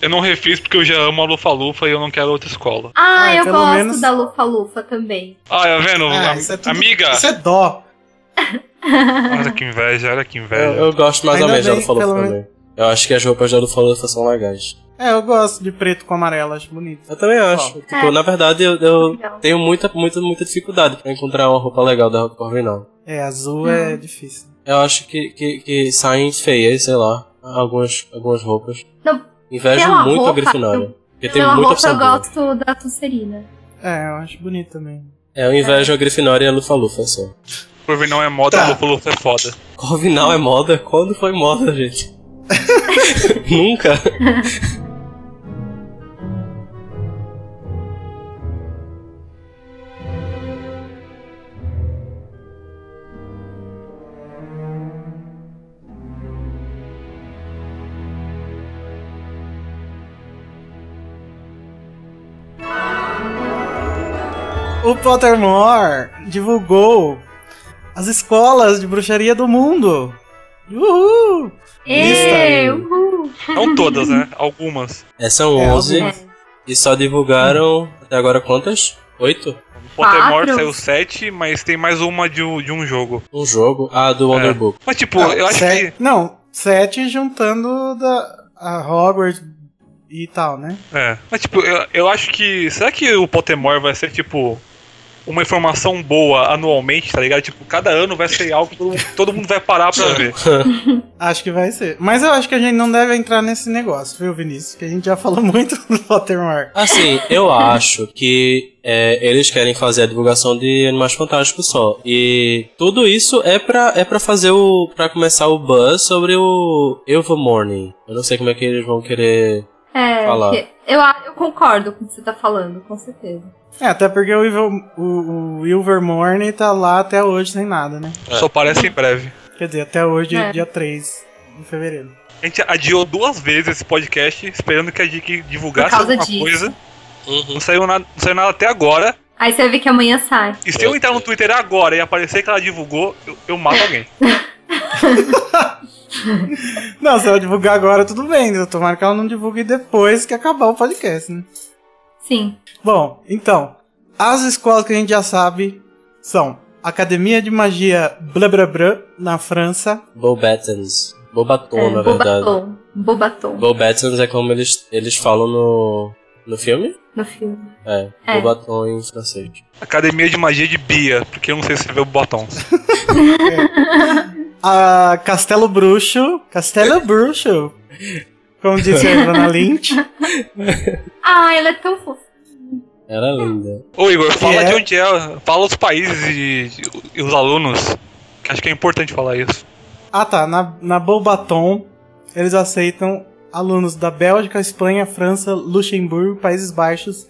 S2: Eu não refiz porque eu já amo a Lufa-Lufa e eu não quero outra escola.
S4: Ah,
S1: Ah,
S4: eu
S1: pelo
S4: gosto
S1: menos-
S4: da Lufa-Lufa também.
S2: Ah, tá vendo?
S1: Ah,
S2: Am-
S1: isso é tudo-
S2: Amiga!
S1: Isso é dó.
S2: Olha que inveja, olha que
S3: Eu,
S2: inveja.
S3: eu gosto mais ou
S1: Ainda
S3: menos da
S1: bem,
S3: Lufa-Lufa
S1: pelo
S3: também. Eu acho que as roupas da Lufa-Lufa são legais.
S1: É, eu gosto de preto com amarelo, acho bonito.
S3: Eu também acho. Tipo,
S4: É.
S3: na verdade, eu, eu
S4: Legal.
S3: tenho muita, muita, muita dificuldade pra encontrar uma roupa legal da Corvinal.
S1: É, azul
S4: Hum.
S1: é difícil.
S3: Eu acho que, que, que saem feias, sei lá, algumas, algumas roupas.
S4: Não,
S3: Invejo
S4: pela
S3: muito a
S4: roupa,
S3: Grifinória. Porque tem
S4: Pela
S3: muita
S4: roupa
S3: opção
S4: eu
S3: boa.
S4: gosto da Sonserina.
S1: É, eu acho bonito também.
S3: É, eu invejo a Grifinória e a Lufa-Lufa só.
S2: Por não é moda,
S1: Tá.
S2: Lufa-Lufa é foda.
S3: Corvinal é moda? Quando foi moda, gente? Nunca?
S1: O Pottermore divulgou as escolas de bruxaria do mundo. Uhul! Lista aí.
S4: Ê, uhul.
S2: Não todas, né? Algumas.
S3: É, são
S1: É,
S3: 11
S1: algumas.
S3: e só divulgaram até agora quantas? Oito?
S2: O Pottermore
S4: Quatro.
S2: saiu sete, mas tem mais uma de um, de um jogo.
S3: Um jogo. Ah, do Wonder
S2: É.
S3: Book.
S2: Mas tipo,
S1: Não,
S2: eu acho
S1: se-
S2: que.
S1: Não, sete juntando da, a Hogwarts e tal, né?
S2: É. Mas tipo, eu, eu acho que. Será que o Pottermore vai ser tipo. uma informação boa anualmente, tá ligado? Tipo, cada ano vai ser algo que todo mundo, todo mundo vai parar pra ver.
S1: Acho que vai ser. Mas eu acho que a gente não deve entrar nesse negócio, viu, Vinícius? Que a gente já falou muito do Pottermore.
S3: Assim, eu acho que é, eles querem fazer a divulgação de Animais Fantásticos só. E tudo isso é pra, é pra fazer o. pra começar o buzz sobre o Elva Morning. Eu não sei como é que eles vão querer.
S4: É,
S3: Fala.
S4: que- eu, a- eu concordo com o que você tá falando, com certeza.
S1: É, até porque o, Evil, o, o Ilvermorny tá lá até hoje sem nada, né?
S3: É.
S2: Só parece em breve.
S1: Quer dizer, até hoje,
S4: É.
S1: dia 3 de fevereiro.
S2: A gente adiou duas vezes esse podcast, esperando que a gente
S4: Por
S2: divulgasse
S4: causa
S2: alguma
S4: disso.
S2: coisa.
S3: Uhum.
S2: Não saiu, nada, não saiu nada até agora.
S4: Aí você vê que amanhã sai.
S2: E se eu entrar no Twitter agora e aparecer que ela divulgou, eu, eu mato alguém.
S1: Não, se ela divulgar agora, tudo bem. né? Tomara que ela não divulgue depois que acabar o podcast, né?
S4: Sim.
S1: Bom, então, as escolas que a gente já sabe são Academia de Magia Blablabrã, na França.
S3: Bobatons. Bobaton,
S4: é,
S3: na verdade.
S4: Bobatom. Bobatom
S3: Bobatons é como eles, eles falam no. no filme?
S4: no filme.
S3: É,
S4: É.
S3: Bobaton em francês.
S2: Academia de Magia de Bia, porque eu não sei escrever o botão.
S1: A Castelo Bruxo. Castelo Bruxo. Como disse a Ivana Lynch.
S4: Ah, ela é tão fofa.
S3: Era é linda.
S2: Ô Igor, fala
S1: é?
S2: de onde é, fala os países e, e os alunos, que acho que é importante falar isso.
S1: Ah tá, na, na Bobaton eles aceitam alunos da Bélgica, Espanha, França, Luxemburgo, Países Baixos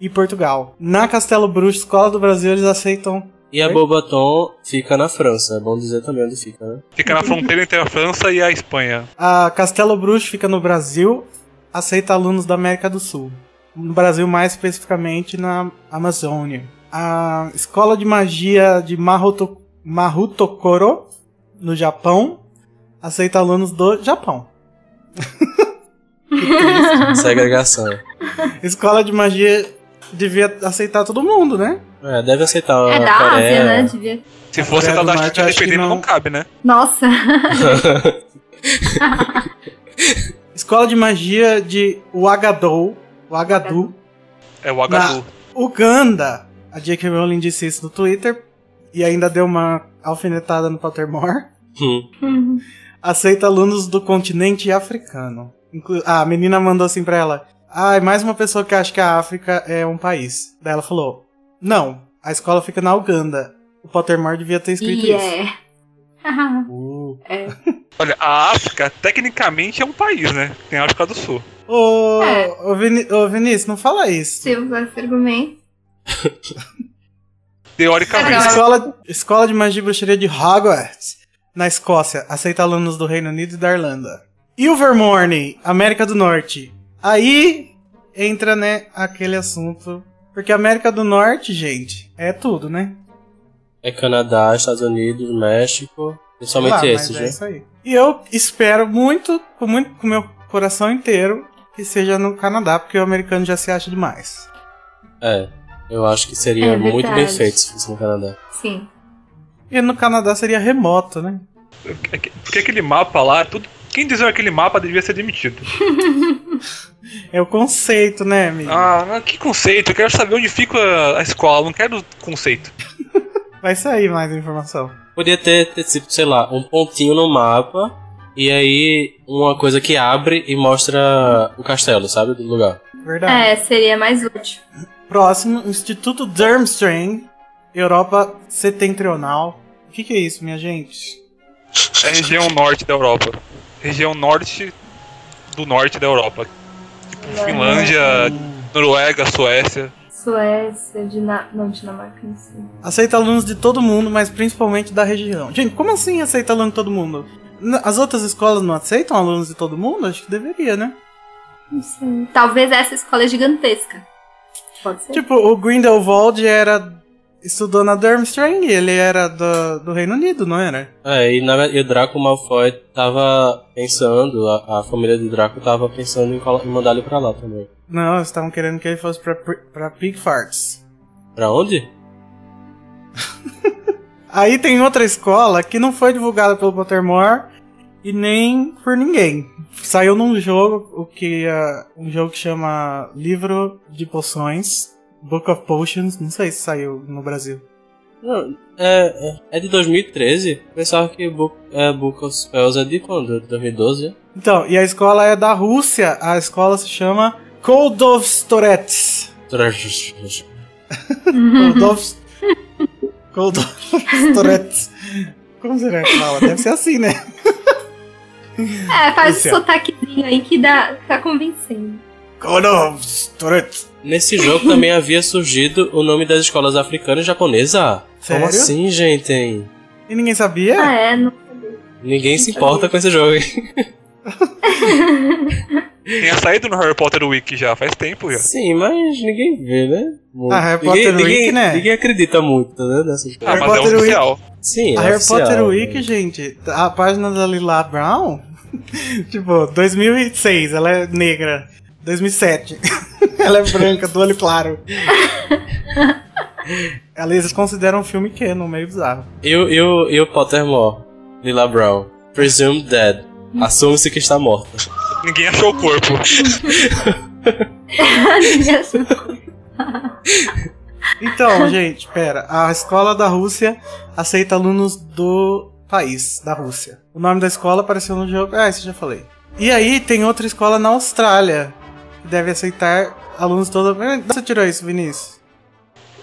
S1: e Portugal. Na Castelo Bruxo, Escola do Brasil, eles aceitam.
S3: E a
S4: É.
S1: Oi?
S3: Bobaton fica na França. É bom dizer também onde fica, né?
S2: Fica na
S1: Uhum.
S2: fronteira entre a França e a Espanha.
S1: A Castelo Bruxo fica no Brasil, aceita alunos da América do Sul. No Brasil, mais especificamente na Amazônia. A Escola de Magia de Maruto, Marutokoro, no Japão, aceita alunos do Japão.
S3: Segregação.
S1: Escola de magia devia aceitar todo mundo, né?
S3: É, deve aceitar
S4: é
S3: a
S4: da
S3: Coreia.
S4: Ásia, né? Devia.
S2: Se fosse
S1: Coreia
S2: da
S1: do
S2: da
S1: Norte,
S2: China
S1: acho que
S2: dependendo, não...
S1: não
S2: cabe, né?
S4: Nossa. né?
S1: Escola de magia de Ouagadou, Ouagadu,
S2: É o Agadu.
S1: Uganda. A J.K. Rowling disse isso no Twitter e ainda deu uma alfinetada no Pottermore.
S3: Hum.
S4: Uhum.
S1: Aceita alunos do continente africano. Inclu- ah, a menina mandou assim pra ela: Ai, mais uma pessoa que acha que a África é um país. Daí ela falou: Não, a escola fica na Uganda. O Pottermore devia ter escrito
S4: E
S1: isso.
S4: é.
S1: Uh.
S2: Olha, a África tecnicamente é um país, né? Tem a África do Sul.
S1: Ô,
S4: É.
S1: ô, Vini- ô, Vinícius, não fala isso.
S4: Se eu usar esse argumento.
S2: Teoricamente. Tá
S1: É
S4: Caralho.
S1: Escola, escola de magia e bruxaria de Hogwarts, na Escócia, aceita alunos do Reino Unido e da Irlanda. Ilvermorny, América do Norte. Aí entra, né, aquele assunto. Porque América do Norte, gente, é tudo, né?
S3: É Canadá, Estados Unidos, México. Principalmente
S1: Lá, mas
S3: esses,
S1: é
S3: né?
S1: isso aí. E eu espero muito, com muito, com meu coração inteiro, que seja no Canadá, porque o americano já se acha demais.
S3: É. Eu acho que seria
S4: É
S3: muito bem
S4: verdade.
S3: feito se fosse no Canadá.
S4: Sim.
S1: E no Canadá seria remoto, né?
S2: É Porque aquele mapa lá, tudo. Quem desenhou aquele mapa devia ser demitido.
S1: É o conceito, né, amigo?
S2: Ah, não, que conceito. Eu quero saber onde fica a- a escola, eu não quero conceito.
S1: Vai sair mais informação.
S3: Podia ter, ter sido, sei lá, um pontinho no mapa. E aí, uma coisa que abre e mostra o castelo, sabe? Do lugar.
S1: Verdade.
S4: É, seria mais útil.
S1: Próximo, Instituto Durmstrang, Europa Setentrional. O que, que é isso, minha gente?
S2: É a região norte da Europa. Região norte do norte da Europa. Tipo, Finlândia, Noruega, Suécia.
S4: Suécia, Dina... não, Dinamarca, não sei.
S1: Aceita alunos de todo mundo, mas principalmente da região. Gente, como assim aceita aluno de todo mundo? N- As outras escolas não aceitam alunos de todo mundo? Acho que deveria, né?
S4: Não sei. Talvez essa escola é gigantesca. Pode ser.
S1: Tipo, o Grindelwald era. estudou na Durmstrang, ele era do, do Reino Unido, não era?
S3: É, e, na, ve- e o Draco Malfoy tava pensando, a, a família do Draco tava pensando em, colo- em mandar ele pra lá também.
S1: Não, eles estavam querendo que ele fosse pra, pra Pigfarts.
S3: Pra onde?
S1: Aí tem outra escola que não foi divulgada pelo Pottermore e nem por ninguém. uh, Saiu num jogo, o que é um jogo que chama Livro de Poções, Book of Potions, não sei se saiu no Brasil.
S3: Não, é, é é de 2013. Pensava que Book, é, Book of Spells é de quando? De 2012?
S1: Então, e a escola é da Rússia. A escola se chama Koldovstorets. Koldovs... Koldovstorets. Como será que fala? Deve ser assim, né?
S4: É, faz o
S1: Luciano.
S4: sotaquezinho aí que dá, tá convencendo.
S1: Koldovstorets.
S3: Nesse jogo também havia surgido o nome das escolas africana e japonesa.
S1: Sério?
S3: Como assim, gente? hein?
S1: E ninguém sabia?
S4: Ah, é, não.
S3: Ninguém se importa com esse jogo, hein?
S2: Tinha saído no Harry Potter Wiki já, faz tempo já.
S3: Sim, mas ninguém vê, né? Muito.
S1: Ah, Harry
S3: ninguém,
S1: Potter
S3: ninguém,
S1: Week, né?
S3: Ninguém acredita muito, né? Nessas
S2: Ah,
S1: Harry
S2: mas
S3: coisas.
S2: é
S1: Potter Wiki.
S2: oficial.
S3: Sim, é
S1: A Harry
S3: oficial,
S1: Potter
S3: né?
S1: Week, gente, a página da Lila Brown, tipo, 2006, ela é negra. 2007, ela é branca, do olho claro. Eles consideram um filme que no meio bizarro.
S3: E o, e o, e o Pottermore, Lila Brown, presumed dead. Assume-se que está morta.
S2: Ninguém achou o corpo.
S4: Ninguém achou.
S1: Então, gente, pera. A escola da Rússia aceita alunos do país, da Rússia. O nome da escola apareceu no jogo. Ah, isso eu já falei. E aí tem outra escola na Austrália que deve aceitar alunos toda. Ah, de onde Você tirou isso, Vinícius?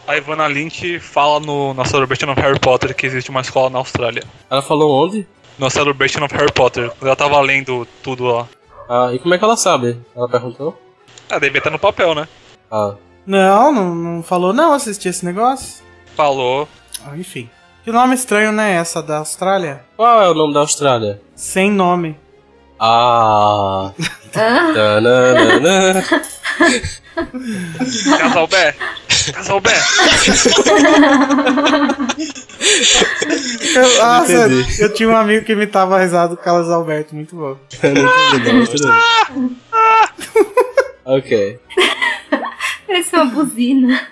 S2: A Ivana Lynch fala no, na Celebration of Harry Potter que existe uma escola na Austrália.
S3: Ela falou onde?
S2: Na Celebration of Harry Potter, quando ela tava lendo tudo lá.
S3: Ah, e como é que ela sabe? Ela perguntou?
S2: Ah, devia estar no papel, né?
S3: Ah,
S1: Não, não, não falou não assistir esse negócio.
S2: Falou.
S1: Ah, enfim. Que nome estranho, né? Essa da Austrália?
S3: qual é o nome da Austrália?
S1: Sem nome.
S3: Ah.
S4: Ah,
S3: tananana.
S2: Casal Bé! Casal Bé!
S1: Eu, ah,
S3: entendi.
S1: eu tinha um amigo que imitava a risada do Carlos Alberto, muito bom.
S3: Eu não entendi, não, mas tudo bem. ok.
S4: parece uma buzina.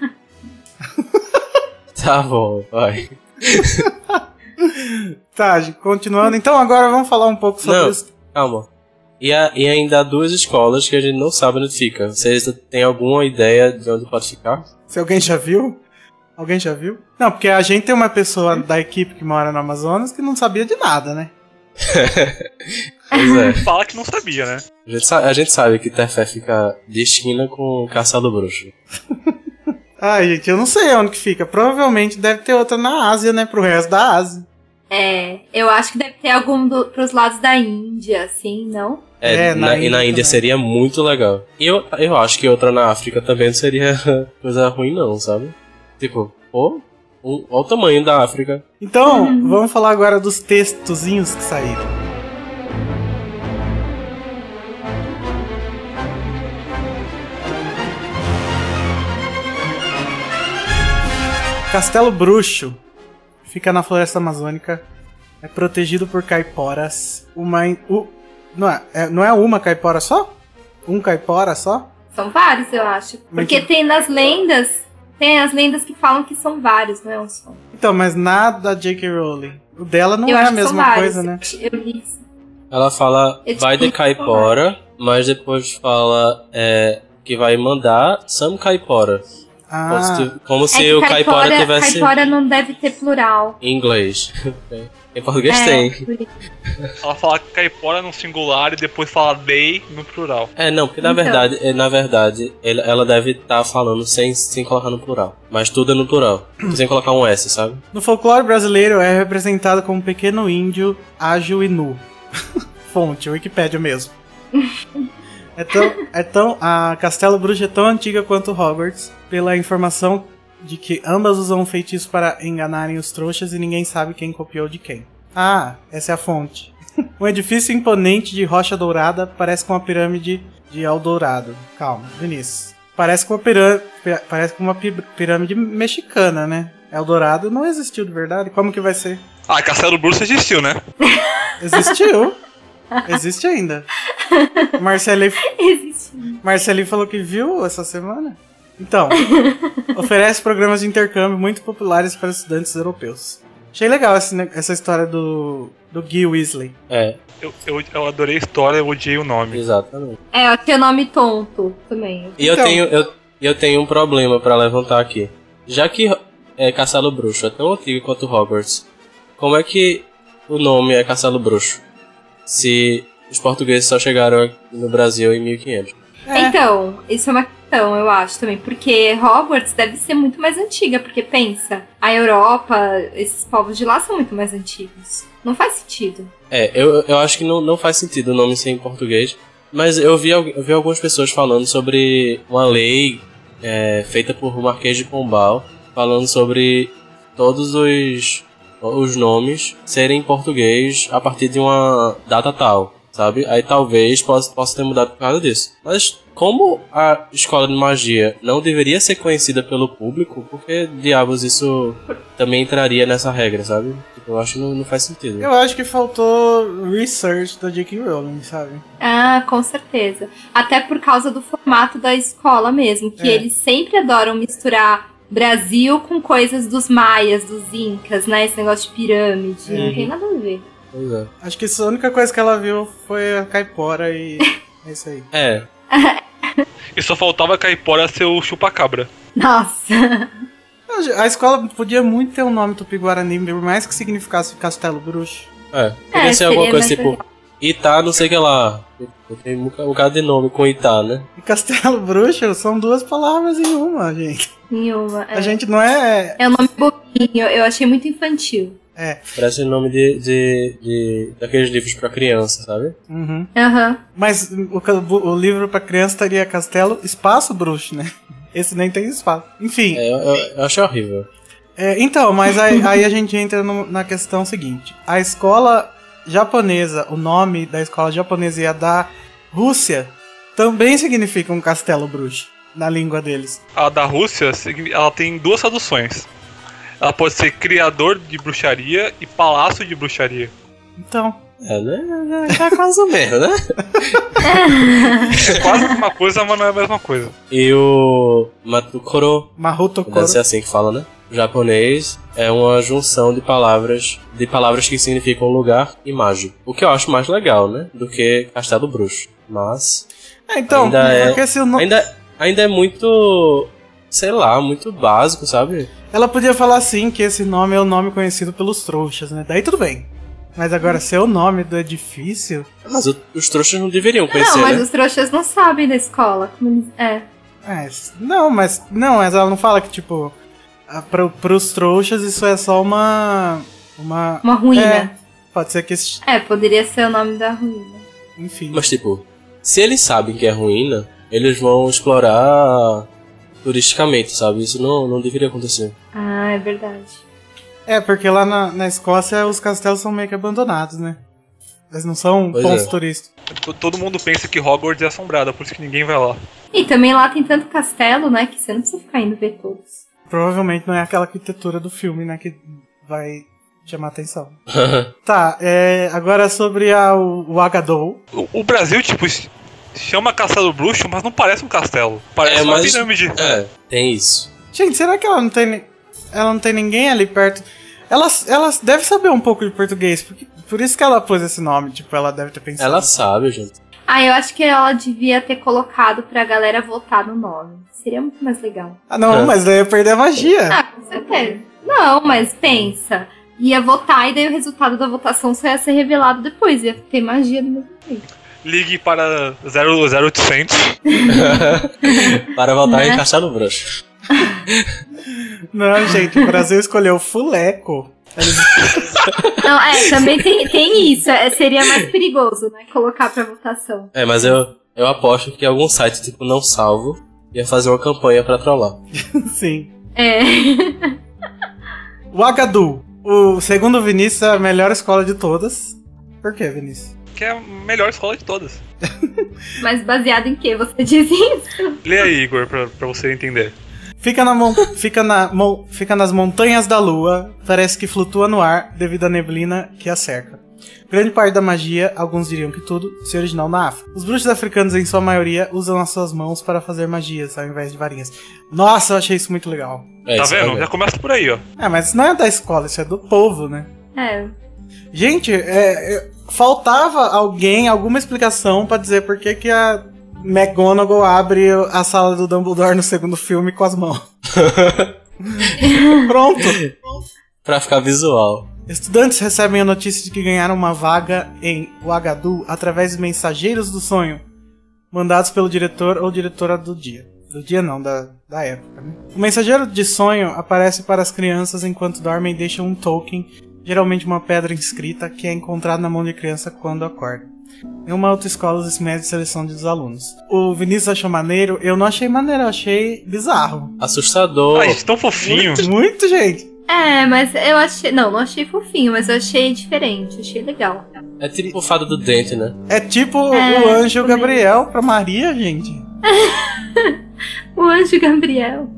S3: Tá bom, vai.
S1: Tá, gente, continuando. Então agora vamos falar um pouco sobre
S3: Não.
S1: os
S3: Calma. E, a- e ainda há duas escolas que a gente não sabe onde fica. Vocês têm alguma ideia de onde pode ficar?
S1: Se alguém já viu? Alguém já viu? Não, porque a gente tem uma pessoa da equipe que mora no Amazonas que não sabia de nada, né?
S3: Pois é.
S2: Fala que não sabia, né?
S3: A gente, sa- a gente sabe que Tefé fica de esquina com o caçado bruxo.
S1: Ai, gente, eu não sei onde que fica. Provavelmente deve ter outra na Ásia, né? Pro resto da Ásia.
S4: É, eu acho que deve ter algum do, pros lados da Índia, assim, não?
S3: É,
S1: É,
S3: na,
S1: na
S3: e na
S1: Índia
S3: Índia
S1: também.
S3: seria muito legal. E eu, eu acho que outra na África também não seria coisa ruim, não, sabe? Tipo, pô, um, olha o tamanho da África.
S1: Então,
S4: Uhum.
S1: vamos falar agora dos textozinhos que saíram. Castelo Bruxo fica na floresta amazônica, é protegido por caiporas. Uma. in- u- não, é, é- não é uma caipora só? Um caipora só?
S4: São vários, eu acho.
S1: Mas
S4: Porque
S1: que-
S4: tem nas lendas, tem as lendas que falam que são vários, não é um só.
S1: Então, mas nada J.K. Rowling. O dela não
S4: eu
S1: é
S4: acho
S1: a
S4: que são
S1: mesma
S4: vários.
S1: coisa, né?
S4: Eu li isso.
S3: Ela fala
S4: It's
S3: vai de
S4: people.
S3: caipora, mas depois fala é, que vai mandar some caipora. Como
S1: Ah,
S3: se, como
S4: É
S3: se
S4: que
S3: o caipora, tivesse
S4: caipora não deve ter plural.
S3: em inglês. em português
S4: É,
S3: tem.
S4: por isso.
S2: Ela fala caipora no singular e depois fala dei no plural.
S3: É, não, porque na
S4: Então.
S3: verdade, é, na verdade, ele- ela deve estar falando sem, sem colocar no plural. Mas tudo é no plural. sem colocar um S, sabe?
S1: No folclore brasileiro é representado como um pequeno índio, ágil e nu. Fonte, Wikipédia mesmo. É tão, é tão, a Castelo Bruxo é tão antiga quanto Hogwarts, pela informação de que ambas usam um feitiço para enganarem os trouxas e ninguém sabe quem copiou de quem. Ah, essa é a fonte. Um edifício imponente de rocha dourada parece com uma pirâmide de Eldorado. Calma, Vinícius. Parece com uma pirâmide, parece com uma pi- pirâmide mexicana, né? Eldorado não existiu de verdade. Como que vai ser?
S2: Ah, Castelo Bruxo existiu, né?
S1: Existiu. Existe ainda. Marcele,
S4: Existe.
S1: Marceli falou que viu essa semana. Então, oferece programas de intercâmbio muito populares para estudantes europeus. Achei legal esse ne- essa história do, do Guy Weasley.
S3: É,
S2: Eu, eu, eu adorei a história, eu odiei o nome.
S3: exatamente.
S4: É, eu tenho nome é tonto também.
S3: E eu
S1: Então.
S3: tenho. Eu, E eu tenho um problema pra levantar aqui. Já que é, Castelo Bruxo é tão antigo quanto Hogwarts, como é que o nome é Castelo Bruxo? Se os portugueses só chegaram no Brasil em 1500.
S1: É.
S4: Então, isso é uma questão, eu acho também, porque Hogwarts deve ser muito mais antiga, porque pensa, a Europa, esses povos de lá são muito mais antigos. Não faz sentido.
S3: É, eu, eu acho que não, não faz sentido o nome ser em português. Mas eu vi, al- eu vi algumas pessoas falando sobre uma lei é, feita por Marquês de Pombal, falando sobre todos os, os nomes serem em português a partir de uma data tal, sabe? Aí talvez possa, possa ter mudado por causa disso. Mas como a escola de magia não deveria ser conhecida pelo público, porque diabos isso também entraria nessa regra, sabe? Tipo, eu acho que não, não faz sentido.
S1: Eu acho que faltou research da J.K. Rowling, sabe?
S4: Ah, com certeza. Até por causa do formato da escola mesmo, que
S1: É.
S4: eles sempre adoram misturar Brasil com coisas dos maias, dos incas, né? Esse negócio de pirâmide,
S1: Uhum.
S4: não tem nada a ver.
S3: Pois é.
S1: Acho que isso, a única coisa que ela viu foi a caipora e é isso aí.
S3: É,
S2: E só faltava Caipora ser o chupacabra.
S4: Nossa,
S1: A escola podia muito ter um nome tupi-guarani, por mais que significasse Castelo Bruxo.
S3: É, podia
S4: É,
S3: ser alguma
S4: seria
S3: coisa
S4: mais
S3: tipo Itá, não sei o que lá. Eu tenho um boca- um bocado de nome com Itá, né?
S1: E Castelo Bruxo são duas palavras em uma, gente.
S4: nenhuma. É.
S1: A gente não é.
S4: É um nome bobinho, eu achei muito infantil.
S3: Parece um nome de, de, de- daqueles livros pra criança, sabe?
S1: Uhum.
S4: Aham.
S1: Mas o, ca- o livro pra criança estaria Castelo Espaço Bruxo, né? Esse nem tem espaço. Enfim.
S3: É, eu, eu- eu achei horrível.
S1: É, então, mas aí, aí a gente entra no- na questão seguinte: a escola japonesa, o nome da escola japonesa e a da Rússia também significa um castelo bruxo na língua deles.
S2: A da Rússia, signi- ela tem duas traduções. Ela pode ser criador de bruxaria e palácio de bruxaria.
S1: Então,
S3: É, né? Tá quase o mesmo, né?
S2: É quase a mesma coisa, mas não é a mesma coisa.
S3: E o Matukoro,
S1: Maruto Koro.
S3: deve ser assim que fala, né? O japonês é uma junção de palavras, de palavras que significam lugar e mágico. O que eu acho mais legal, né? Do que Castelo Bruxo. Mas
S1: É, então,
S3: Ainda é-
S1: porque se o no-
S3: Ainda, ainda é muito. Sei lá, muito básico, sabe?
S1: ela podia falar assim que esse nome é o nome conhecido pelos trouxas, né? Daí tudo bem. Mas agora, ser o nome do edifício.
S3: Mas o- os trouxas não deveriam conhecer,
S4: Não, mas
S3: né?
S4: os trouxas não sabem da escola. como eles- É.
S1: É, s- não, mas. Não, mas ela não fala que, tipo. a- pro- Pros trouxas, isso é só uma. Uma.
S4: Uma ruína.
S1: É, Pode ser que esse
S4: É. poderia ser o nome da ruína.
S1: Enfim.
S3: Mas tipo, se eles sabem que é ruína, eles vão explorar turisticamente, sabe? Isso não, não deveria acontecer.
S4: Ah, é verdade.
S1: É, porque lá na, na Escócia os castelos são meio que abandonados, né? Eles não são
S3: Pois
S1: pontos
S3: é.
S1: turísticos.
S2: T- Todo mundo pensa que Hogwarts é assombrada, por isso que ninguém vai lá.
S4: E também lá tem tanto castelo, né? Que você não precisa ficar indo ver todos.
S1: Provavelmente não é aquela arquitetura do filme, né? Que vai chamar atenção. Tá, é, agora sobre a, o, o Agadou.
S2: O, o Brasil, tipo, s- chama Castelo Bruxo, mas não parece um castelo. Parece
S3: É,
S2: uma
S3: mas-
S2: pirâmide.
S3: é, tem isso.
S1: Gente, será que ela não tem. ni- Ela não tem ninguém ali perto? Ela, ela deve saber um pouco de português, porque, por isso que ela pôs esse nome, tipo, ela deve ter pensado.
S3: Ela sabe, gente.
S4: Ah, eu acho que ela devia ter colocado pra galera votar no nome. Seria muito mais legal.
S1: Ah, não,
S3: É.
S1: mas daí ia perder a magia.
S4: Ah, com certeza. Não, mas pensa. Ia votar e daí o resultado da votação só ia ser revelado depois. Ia ter magia do mesmo jeito.
S2: Ligue para 00800.
S3: Para voltar
S4: Né?
S3: e encaixar no bruxo.
S1: Não, gente, o Brasil escolheu Fuleco. Eles
S4: Não, é, também tem, tem isso. É, seria mais perigoso, né? Colocar pra votação.
S3: É, mas eu, eu aposto que algum site tipo Não Salvo ia fazer uma campanha pra trollar.
S1: Sim.
S4: É.
S1: O Agadu. O segundo Vinícius é a melhor escola de todas. Por que, Vinícius?
S2: Que é a melhor escola de todas.
S4: Mas baseado em que você diz isso?
S2: Lê aí, Igor, pra, pra você entender.
S1: Fica, na mon- fica, na mon- fica nas montanhas da lua, parece que flutua no ar devido à neblina que a cerca. Grande parte da magia, alguns diriam que tudo, se originou na África. Os bruxos africanos, em sua maioria, usam as suas mãos para fazer magias ao invés de varinhas. Nossa, eu achei isso muito legal.
S3: É,
S2: tá
S3: isso é
S2: vendo?
S3: legal.
S2: Já começa por aí, ó.
S1: É, mas isso não é da escola, isso é do povo, né?
S4: É.
S1: Gente, é, é, faltava alguém, alguma explicação pra dizer por que, que a McGonagall abre a sala do Dumbledore no segundo filme com as mãos. Pronto.
S3: Pra ficar visual.
S1: Estudantes recebem a notícia de que ganharam uma vaga em Ouagadougou através de mensageiros do sonho, mandados pelo diretor ou diretora do dia. Do dia não, da, da época. né? O mensageiro de sonho aparece para as crianças enquanto dormem e deixa um token, geralmente uma pedra inscrita, que é encontrada na mão de criança quando acorda. Em uma autoescola, os médios seleção dos alunos. O Vinícius achou maneiro, eu não achei maneiro, eu achei bizarro.
S3: Assustador.
S2: Ai, Ah, é tão fofinho.
S1: Muito, gente!
S4: É, mas eu achei. Não, não achei fofinho, mas eu achei diferente, achei legal.
S3: É tipo o fado do dente, né?
S1: É tipo
S4: É,
S1: o anjo
S4: também.
S1: Gabriel pra Maria, gente.
S4: O anjo Gabriel.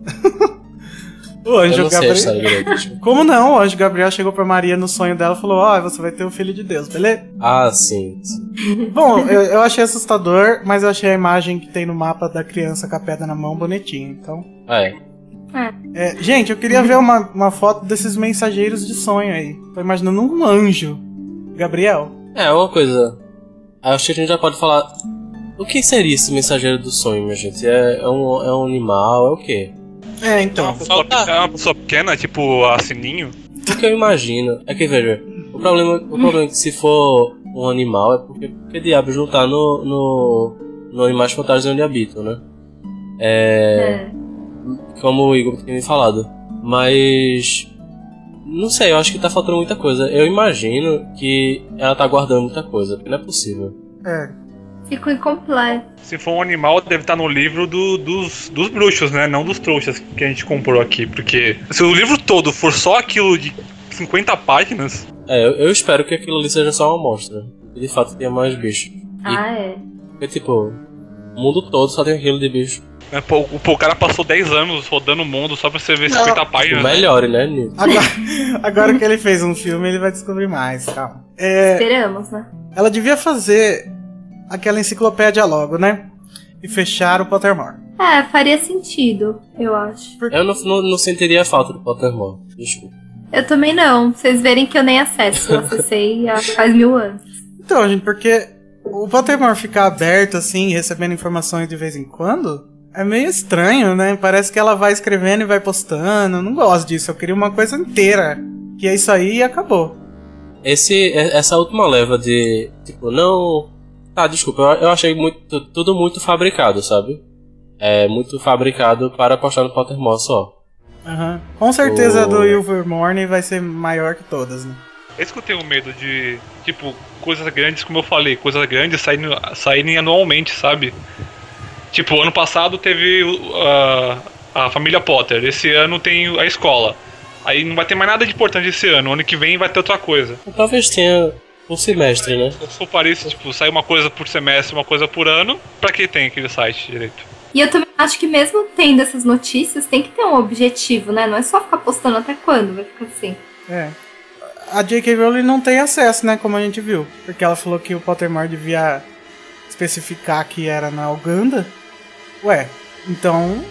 S1: O
S3: eu
S1: anjo
S3: não sei a
S1: Gabriel.
S3: história direito. tipo.
S1: Como não? O anjo Gabriel chegou pra Maria no sonho dela e falou: Ó, você vai ter um filho de Deus, beleza?
S3: Ah, sim. sim.
S1: Bom, eu, eu achei assustador, mas eu achei a imagem que tem no mapa da criança com a pedra na mão bonitinha. Então.
S3: Ah, é.
S1: É, gente, eu queria ver uma, uma foto desses mensageiros de sonho aí. Tô imaginando um anjo. Gabriel.
S3: É, uma coisa. Acho que a gente já pode falar. O que seria esse mensageiro do sonho, minha gente? É, é um, é um animal? É o quê?
S1: É,
S2: É uma
S1: então.
S2: pessoa pequena- é uma pessoa pequena, tipo a Sininho.
S3: O que eu imagino. É que veja. O problema, o problema é que se for um animal é porque, porque diabos não tá no. no. no Animais Fantásticos onde habitam, né?
S4: É.
S3: como o Igor tinha me falado. Mas. Não sei, eu acho que tá faltando muita coisa. Eu imagino que ela tá guardando muita coisa, porque não é possível.
S1: É.
S4: Ficou incompleto.
S2: Se for um animal, deve estar no livro do- dos, dos bruxos, né? Não dos trouxas que a gente comprou aqui. Porque se o livro todo for só aquilo de 50 páginas,
S3: É, eu, eu espero que aquilo ali seja só uma amostra. E de fato tenha mais bichos.
S4: Ah, é.
S3: Porque, tipo, o mundo todo só tem aquilo de bicho.
S2: né? Pô, o, pô, o cara passou 10 anos rodando o mundo só pra você ver
S1: Não.
S2: 50 páginas. né?
S3: Melhore, né, Nil?
S1: Agora, agora que ele fez um filme, ele vai descobrir mais, calma. É.
S4: Esperamos, né?
S1: Ela devia fazer aquela enciclopédia logo, né? E fechar o Pottermore.
S4: É, faria sentido, eu acho.
S3: Eu não, não, não sentiria falta do Pottermore. Desculpa.
S4: Eu também não. Vocês verem que eu nem acesso. Eu acessei há faz mil anos.
S1: Então, gente, porque o Pottermore ficar aberto assim, recebendo informações de vez em quando, é meio estranho, né? Parece que ela vai escrevendo e vai postando. Eu Não gosto disso. Eu queria uma coisa inteira. Que é isso aí e acabou.
S3: Esse, é- essa última leva de. Tipo, não. Tá, desculpa, eu, eu achei muito, tudo muito fabricado, sabe? É muito fabricado para postar no Pottermore só.
S1: Aham. Com certeza a do
S3: O-
S1: Ilvermorny vai ser maior que todas, né?
S2: Esse que eu tenho medo de, tipo, coisas grandes, como eu falei, coisas grandes saindo, saírem anualmente, sabe? Tipo, ano passado teve o- a- a família Potter, esse ano tem a escola. Aí não vai ter mais nada de importante esse ano, ano que vem vai ter outra coisa.
S3: Ou Então, Talvez tenha um semestre, né?
S2: Eu sou parece, tipo, sai uma coisa por semestre, uma coisa por ano, pra que tem aquele site direito?
S4: E eu também acho que mesmo tendo essas notícias, tem que ter um objetivo, né? Não é só ficar postando até quando, vai ficar assim.
S1: É. A J.K. Rowling não tem acesso, né? Como a gente viu. Porque ela falou que o Pottermore devia especificar que era na Uganda. Ué, então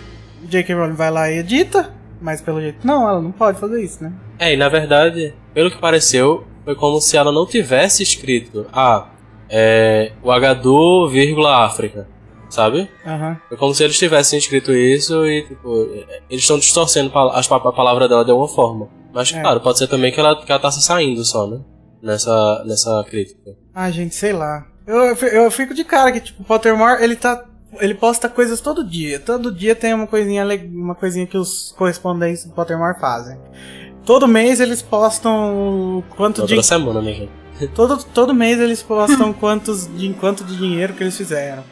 S1: J.K. Rowling vai lá e edita. Mas pelo jeito, não, ela não pode fazer isso, né?
S3: É, e na verdade, pelo que pareceu, foi como se ela não tivesse escrito Ah, é. O Hdu, vírgula África. Sabe?
S1: Aham.
S3: Foi É como se eles tivessem escrito isso e, tipo, é, eles estão distorcendo pal- as pa- a palavra dela de alguma forma. Mas,
S1: É.
S3: claro, pode ser também que ela, que ela tá se saindo só, né? Nessa, nessa crítica.
S1: Ah, gente, sei lá. Eu, eu fi- eu fico de cara que, tipo, o Pottermore, ele tá. Ele posta coisas todo dia. Todo dia tem uma coisinha, le- uma coisinha que os correspondentes do Pottermore fazem. Todo mês eles postam quanto de
S3: Toda semana, minha gente.
S1: Todo, todo mês eles postam quantos de quanto de dinheiro que eles fizeram.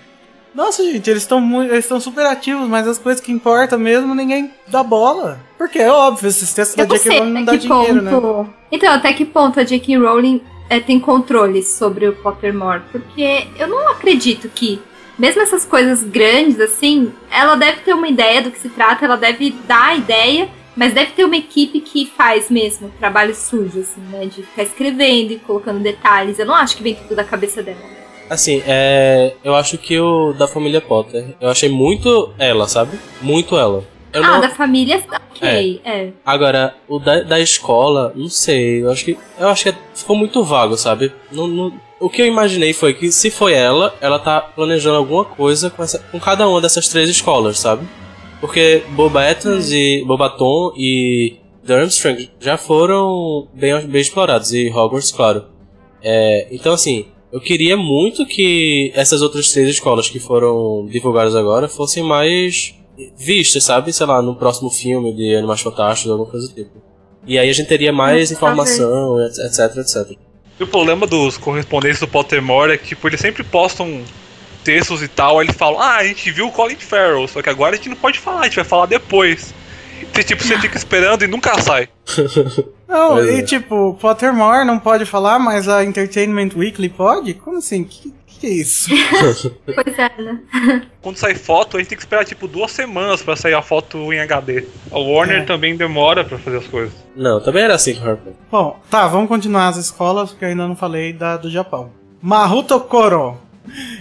S1: Nossa, gente, eles estão muito, eles estão super ativos, mas as coisas que importam mesmo ninguém dá bola. Porque é óbvio, esses textos da
S4: Eu não
S1: J.K.
S4: sei
S1: Rowling não dá
S4: até que
S1: dinheiro, né?
S4: ponto. Então, até que ponto a J.K. Rowling é, tem controle sobre o Pottermore? Porque eu não acredito que, mesmo essas coisas grandes assim, ela deve ter uma ideia do que se trata, ela deve dar a ideia, mas deve ter uma equipe que faz mesmo trabalho sujo, assim, né? De ficar escrevendo e colocando detalhes. Eu não acho que vem tudo da cabeça dela.
S3: Assim, é. Eu acho que o da família Potter. Eu achei muito ela, sabe? Muito ela. Eu
S4: ah,
S3: não-
S4: da família, ok. É.
S3: Agora, o da, da escola, não sei, eu acho que. Eu acho que ficou muito vago, sabe? Não, não- o que eu imaginei foi que se foi ela, ela tá planejando alguma coisa com, essa, com cada uma dessas três escolas, sabe? Porque Bobatons e. Bobaton e Durmstrang já foram bem, bem explorados, e Hogwarts, claro. É, então assim, eu queria muito que essas outras três escolas que foram divulgadas agora fossem mais vistas, sabe? Sei lá, no próximo filme de Animais Fantásticos, alguma coisa do tipo. E aí a gente teria mais
S4: Hum,
S3: informação, etc, etc.
S2: E o problema dos correspondentes do Pottermore é que, tipo, eles sempre postam textos e tal, aí eles falam, ah, a gente viu o Colin Farrell, só que agora a gente não pode falar, a gente vai falar depois. E, tipo, você fica esperando e nunca sai.
S1: Não,
S3: Pois
S1: e
S3: é.
S1: tipo, Pottermore não pode falar, mas a Entertainment Weekly pode? Como assim? Que que é isso?
S4: Pois é, né?
S2: Quando sai foto, a gente tem que esperar, tipo, duas semanas pra sair a foto em HD. A Warner
S1: É.
S2: também demora pra fazer as coisas.
S3: Não, também era assim com Harry Potter.
S1: Bom, tá, vamos continuar as escolas, porque eu ainda não falei da do Japão. Mahutokoro.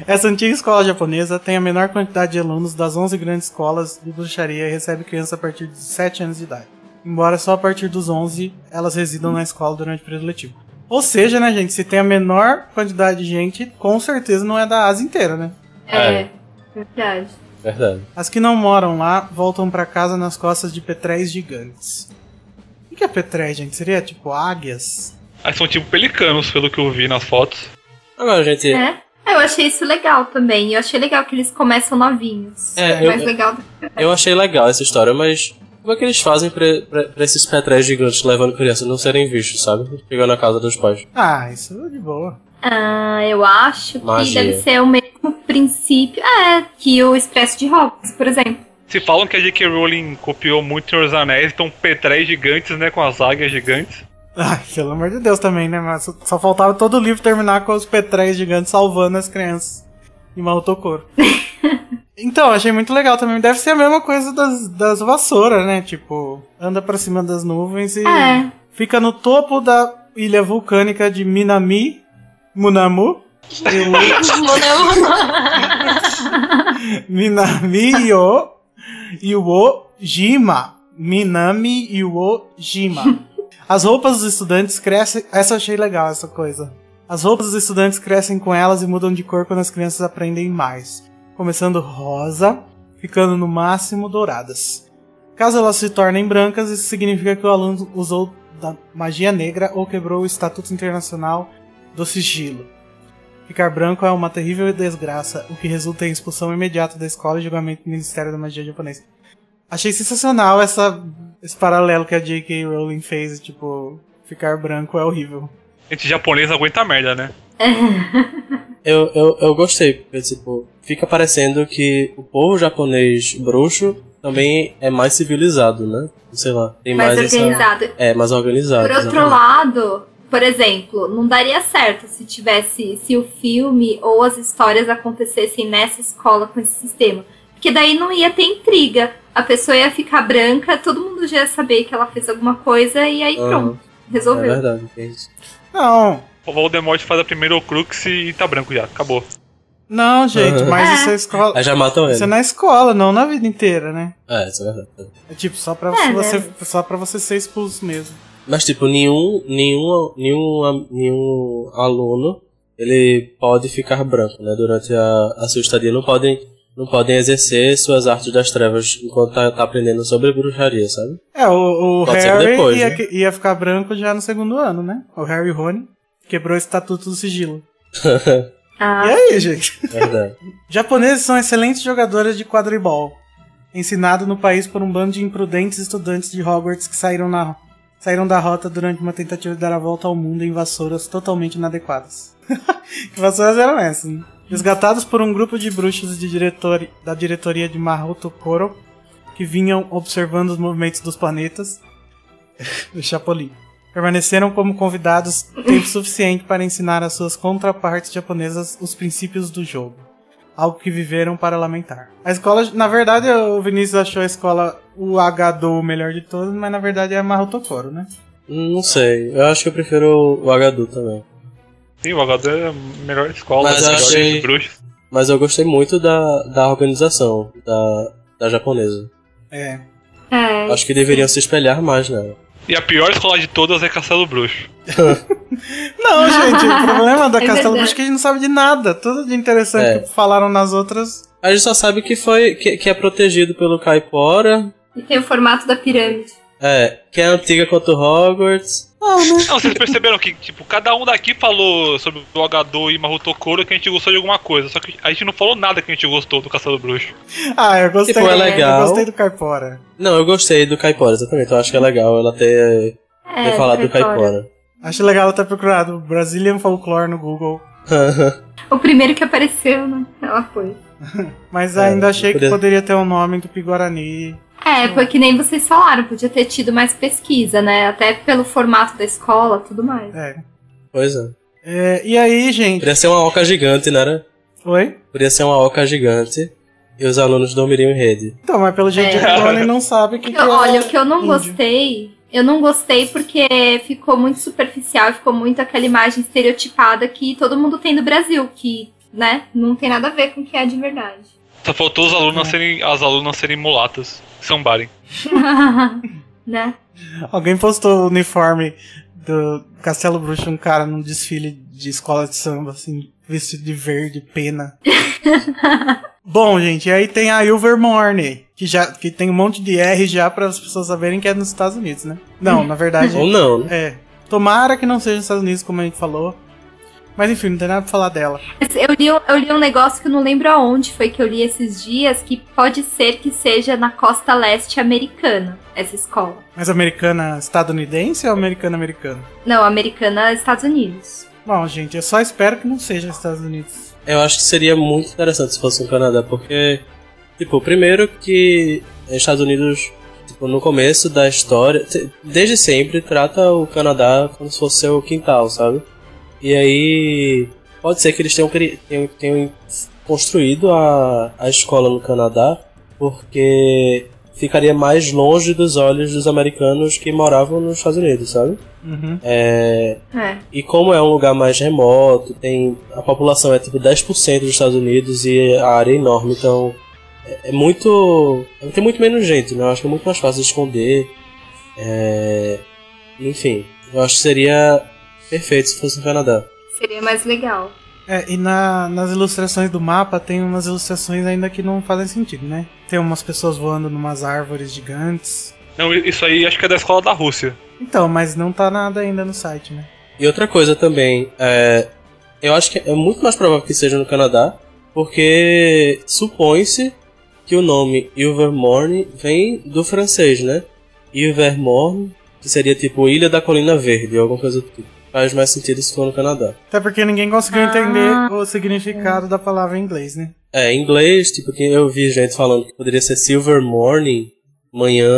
S1: Essa antiga escola japonesa tem a menor quantidade de alunos das 11 grandes escolas de bruxaria e recebe crianças a partir de 7 anos de idade. Embora só a partir dos 11 elas residam na escola durante o período letivo. Ou seja, né, gente, se tem a menor quantidade de gente, com certeza não é da asa inteira, né?
S4: É.
S3: É.
S4: Verdade.
S3: Verdade.
S1: As que não moram lá voltam pra casa nas costas de petréis gigantes. O que é petré, gente? Seria tipo águias?
S2: Aí são, tipo, pelicanos, pelo que eu vi nas fotos.
S3: Agora, gente. É,
S4: É. Ah, Eu achei isso legal também. Eu achei legal que eles começam novinhos.
S3: É,
S4: É,
S3: eu-
S4: mais legal do
S3: eu achei legal essa história, mas. Como é que eles fazem pra, pra, pra esses petréis gigantes levando crianças não serem vistos, sabe? Chegando na casa dos pais.
S1: Ah, isso é de boa.
S4: Ah, eu acho
S3: Magia.
S4: que deve ser o mesmo princípio é, que o Expresso de Hogwarts, por exemplo.
S2: Se falam que a J.K. Rowling copiou muito Senhor dos Anéis, então petréis gigantes, né, com as águias gigantes.
S1: Ai, pelo amor de Deus também, né? Mas só faltava todo o livro terminar com os petréis gigantes salvando as crianças. E mal tocou. então, achei muito legal também. Deve ser a mesma coisa das, das vassouras, né? Tipo, anda pra cima das nuvens e
S4: É.
S1: fica no topo da ilha vulcânica de Minami, Munamu. e Minami Yo Iwo Jima. Minami Iwo Jima. As roupas dos estudantes crescem. Essa eu achei legal, essa coisa. As roupas dos estudantes crescem com elas e mudam de cor quando as crianças aprendem mais. Começando rosa, ficando no máximo douradas. Caso elas se tornem brancas, isso significa que o aluno usou da magia negra ou quebrou o Estatuto Internacional do Sigilo. Ficar branco é uma terrível desgraça, o que resulta em expulsão imediata da escola e julgamento do Ministério da Magia Japonesa. Achei sensacional essa, esse paralelo que a J.K. Rowling fez, tipo, ficar branco é horrível.
S2: Gente, japonês aguenta merda, né?
S3: Eu, eu, eu gostei, porque, tipo, fica parecendo que o povo japonês bruxo também é mais civilizado, né? Sei lá, tem mais,
S4: mais
S3: essa-
S4: organizado.
S3: É, mais organizado.
S4: Por outro
S3: exatamente.
S4: lado, por exemplo, não daria certo se tivesse, se o filme ou as histórias acontecessem nessa escola com esse sistema. Porque daí não ia ter intriga. A pessoa ia ficar branca, todo mundo já ia saber que ela fez alguma coisa e aí
S3: Aham,
S4: pronto,
S3: é
S4: resolveu.
S3: verdade, entende?
S1: Não,
S2: O Voldemort faz a primeira Ocrux e tá branco já, acabou.
S1: não, gente,
S3: Uhum.
S1: mas
S4: É.
S1: isso é escola.
S3: Aí já matam ele.
S1: Isso é na escola, não na vida inteira, né?
S3: É, isso é verdade.
S1: É tipo, só pra,
S4: É,
S1: você,
S4: né?
S1: só pra você ser expulso mesmo.
S3: Mas, tipo, nenhum, nenhum, nenhum, nenhum aluno, ele pode ficar branco, né? Durante a, a sua estadia. Não podem, não podem exercer suas artes das trevas enquanto tá, tá aprendendo sobre bruxaria, sabe?
S1: É, o, o
S3: Pode ser
S1: Harry
S3: depois,
S1: ia,
S3: né?
S1: que- ia ficar branco já no segundo ano, né? O Harry e o Rony quebrou o Estatuto do Sigilo. E
S4: Ah,
S1: aí, gente?
S3: Verdade.
S1: Japoneses são excelentes jogadores de quadribol, ensinado no país por um bando de imprudentes estudantes de Hogwarts que saíram, na, saíram da rota durante uma tentativa de dar a volta ao mundo em vassouras totalmente inadequadas. que vassouras eram essas, né? Resgatados por um grupo de bruxos de diretor, da diretoria de Maruto Koro, que vinham observando os movimentos dos planetas do Chapolin. Permaneceram como convidados tempo suficiente para ensinar às suas contrapartes japonesas os princípios do jogo algo que viveram para lamentar. A escola, na verdade, o Vinícius achou a escola o Agado o melhor de todos, mas na verdade é a Marutokoro, né?
S3: Não sei, eu acho que eu prefiro o Agadu também.
S2: Sim, o HD é a melhor escola,
S3: Mas eu
S2: melhor
S3: achei-
S2: bruxos.
S3: Mas eu gostei muito da, da organização da, da japonesa.
S1: É.
S4: É.
S3: Acho que deveriam se espelhar mais nela.
S2: E a pior escola de todas é Castelo Bruxo.
S1: Não, gente, o problema da
S4: É
S1: Castelo
S4: verdade.
S1: Bruxo é que a gente não sabe de nada. Tudo de interessante
S3: É.
S1: que falaram nas outras.
S3: A gente só sabe que foi que, que é protegido pelo Caipora,
S4: E tem o formato da pirâmide.
S3: é, que é antiga quanto Hogwarts.
S4: né?
S2: Não, vocês perceberam que, tipo, cada um daqui falou sobre o Agador e Marutokoro que a gente gostou de alguma coisa. Só que a gente não falou nada que a gente gostou do Castelo Bruxo.
S1: Ah, eu gostei.
S3: Tipo, é
S1: do-
S3: legal.
S1: Eu gostei do Carpora.
S3: Não, eu gostei do Caipora, exatamente. Eu acho que é legal ela ter,
S4: É,
S3: ter falado do Caipora.
S1: Acho legal ter procurado Brazilian Folklore no Google.
S4: O primeiro que apareceu, né? Ela foi.
S1: Mas
S3: É,
S1: ainda achei que
S3: poderia-
S1: poderia ter um nome do Piguarani.
S4: É, foi que nem vocês falaram, podia ter tido mais pesquisa, né? Até pelo formato da escola tudo mais.
S1: É.
S3: pois é.
S1: É, e aí, gente?
S3: Podia ser uma oca gigante, né? né?
S1: Oi?
S3: Podia ser uma oca gigante e os alunos dormiriam em rede.
S1: Então, mas pelo jeito
S4: É.
S1: que o Rony não sabe o que, que é.
S4: Eu- olha, o que eu não
S1: índio.
S4: gostei, eu não gostei porque ficou muito superficial, ficou muito aquela imagem estereotipada que todo mundo tem do Brasil, que, né, não tem nada a ver com o que é de verdade.
S2: Só faltou os alunos serem, as alunas serem mulatas. Sambarem.
S4: né?
S1: Alguém postou o uniforme do Castelo Bruxo, um cara num desfile de escola de samba, assim, vestido de verde, pena. Bom, gente, aí tem a Ilvermorny, que já que tem um monte de R já para as pessoas saberem que é nos Estados Unidos, né? Não, na verdade,
S3: Ou não, né?
S1: é. Tomara que não seja nos Estados Unidos, como a gente falou. Mas enfim, não tem nada pra falar dela.
S4: Mas Eu li, um- eu li um negócio que eu não lembro aonde foi que eu li esses dias, que pode ser que seja na costa leste americana, essa escola.
S1: Mas americana estadunidense ou americana americana?
S4: Não, americana, Estados Unidos.
S1: Bom, gente, eu só espero que não seja nos Estados Unidos.
S3: Eu acho que seria muito interessante se fosse no Canadá, porque, tipo, primeiro que os Estados Unidos, tipo, no começo da história, te- desde sempre, trata o Canadá como se fosse seu quintal, sabe? E aí, pode ser que eles tenham, cri- tenham, tenham construído a, a escola no Canadá, porque ficaria mais longe dos olhos dos americanos que moravam nos Estados Unidos, sabe?
S1: Uhum.
S4: É.
S3: E como é um lugar mais remoto, tem a população é tipo 10% dos Estados Unidos e a área é enorme, então é, é muito. tem muito menos gente, né? Eu acho que é muito mais fácil de esconder. É, enfim, eu acho que seria perfeito se fosse no Canadá.
S4: Seria mais legal.
S1: É, e na- nas ilustrações do mapa tem umas ilustrações ainda que não fazem sentido, né? Tem umas pessoas voando numas árvores gigantes.
S2: Não, isso aí acho que é da escola da Rússia.
S1: Então, mas não tá nada ainda no site, né?
S3: E outra coisa também, é, eu acho que é muito mais provável que seja no Canadá, porque supõe-se que o nome Ilvermorny vem do francês, né? Ilvermorny, que seria tipo Ilha da Colina Verde, alguma coisa do tipo. Faz mais sentido se for no Canadá.
S1: Até porque ninguém conseguiu
S4: Ah.
S1: entender o significado da palavra em inglês, né?
S3: É, em inglês, tipo, que eu vi gente falando que poderia ser Silver Morning, manhã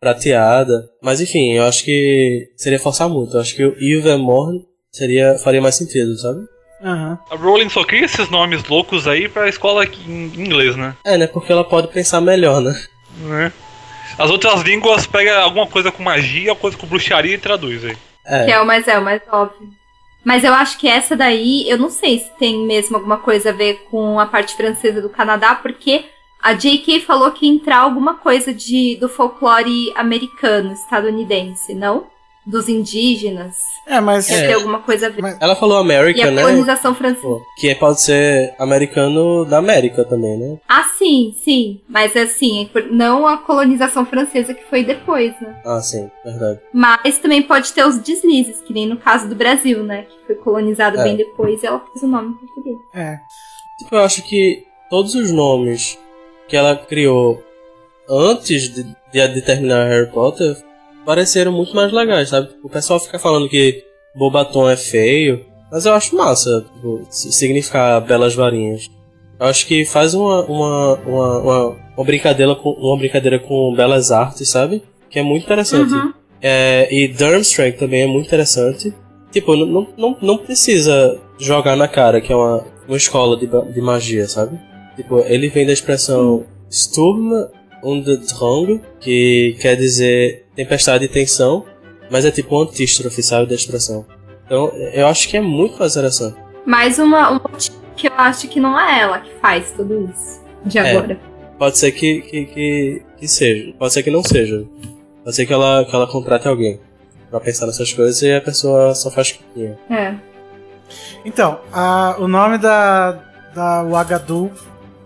S3: prateada. Mas enfim, eu acho que seria forçar muito. Eu acho que o Ilvermorny seria, faria mais sentido, sabe?
S1: Aham.
S2: A Rowling só cria esses nomes loucos aí pra escola aqui em inglês, né?
S3: É, né? Porque ela pode pensar melhor, né?
S2: Né? As outras línguas pega alguma coisa com magia, alguma coisa com bruxaria e traduz aí.
S3: É.
S4: Que é o mais é o mais óbvio. Mas eu acho que essa daí, eu não sei se tem mesmo alguma coisa a ver com a parte francesa do Canadá, porque a J.K. falou que ia entrar alguma coisa de, do folclore americano, estadunidense, não? Dos indígenas.
S1: É, mas.
S4: Ia ter alguma coisa a ver.
S1: Mas-
S3: Ela falou
S4: E
S3: American,
S4: é a
S3: né?
S4: colonização francesa.
S3: Pô, Que pode ser americano da América também, né?
S4: Ah, sim, sim. Mas assim, é por- não a colonização francesa que foi depois, né?
S3: Ah, sim, verdade.
S4: Mas também pode ter os deslizes, que nem no caso do Brasil, né? Que foi colonizado
S3: É.
S4: bem depois e ela fez o nome em português.
S1: É.
S3: Tipo, eu acho que todos os nomes que ela criou antes de, de, de terminar Harry Potter pareceram muito mais legais, sabe? Tipo, O pessoal fica falando que Bobaton é feio, mas eu acho massa tipo, se- significar belas varinhas. Eu acho que faz uma, uma, uma, uma, uma brincadeira com, uma brincadeira com belas artes, sabe? Que é muito interessante.
S4: Uhum.
S3: É, e Durmstrang também é muito interessante. Tipo, não- não, não, não precisa jogar na cara que é uma, uma escola de, ba- de magia, sabe? Tipo, ele vem da expressão Sturm und Drang, que quer dizer tempestade e tensão, mas é tipo um antístrofe, sabe, da expressão. Então, eu acho que é muito mais interessante.
S4: Mais uma, um motivo que eu acho que não é ela que faz tudo isso de
S3: É.
S4: agora.
S3: Pode ser que, que, que, que e seja. Pode ser que não seja. Pode ser que ela, que ela contrate alguém pra pensar nessas coisas e a pessoa só faz coquinha.
S4: É.
S1: Então, a- o nome da, da Wagadu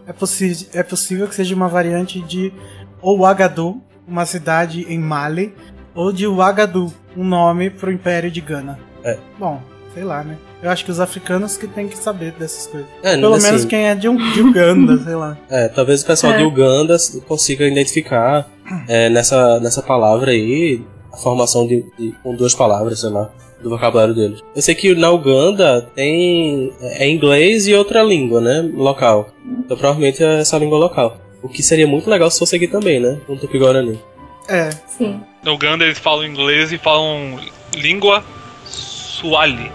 S1: é, possi é possível que seja uma variante de ou Wagadu, uma cidade em Mali, ou de Wagadu, um nome pro Império de Gana.
S3: É.
S1: Bom, sei lá, né? Eu acho que os africanos que tem que saber dessas coisas.
S3: É,
S1: Pelo
S3: assim,
S1: menos quem é de, um, de Uganda, sei lá.
S3: É, talvez o pessoal
S4: É.
S3: de Uganda consiga identificar é, nessa, nessa palavra aí a formação de, de- com duas palavras, sei lá, do vocabulário deles. Eu sei que na Uganda tem é inglês e outra língua, né, local. Então provavelmente é essa língua local. O que seria muito legal se fosse aqui também, né, um tupi-guarani.
S1: É,
S4: Sim.
S2: No Uganda eles falam inglês e falam língua suali.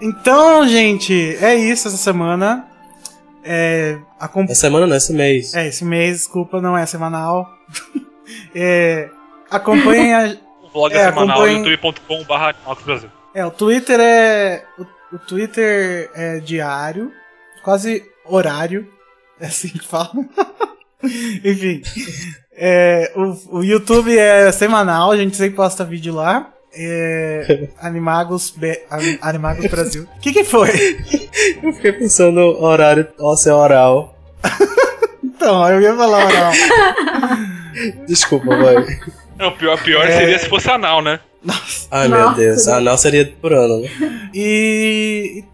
S1: Então, gente, é isso essa semana. É, acom-
S3: Essa semana não, esse mês.
S1: é, esse mês, desculpa, não é semanal. É, acompanhem a.
S2: O blog
S1: É,
S2: é, semanal
S1: acompanhe-
S2: youtube.com.br Nox Brasil.
S1: É, o Twitter é. O, o Twitter é diário, quase horário, é assim que fala. Enfim. é, o, o YouTube é semanal, a gente sempre posta vídeo lá. É, Animagos, B- Anim- Animagos Brasil. O que, que foi?
S3: Eu fiquei pensando no horário, nossa, é oral.
S1: Então, eu ia falar oral.
S3: Desculpa, mãe.
S2: Não, pior, pior
S1: É.
S2: seria se fosse anal, né?
S3: Ai, meu
S4: Nossa.
S3: Deus. Ah, não, seria por ano, né?
S1: E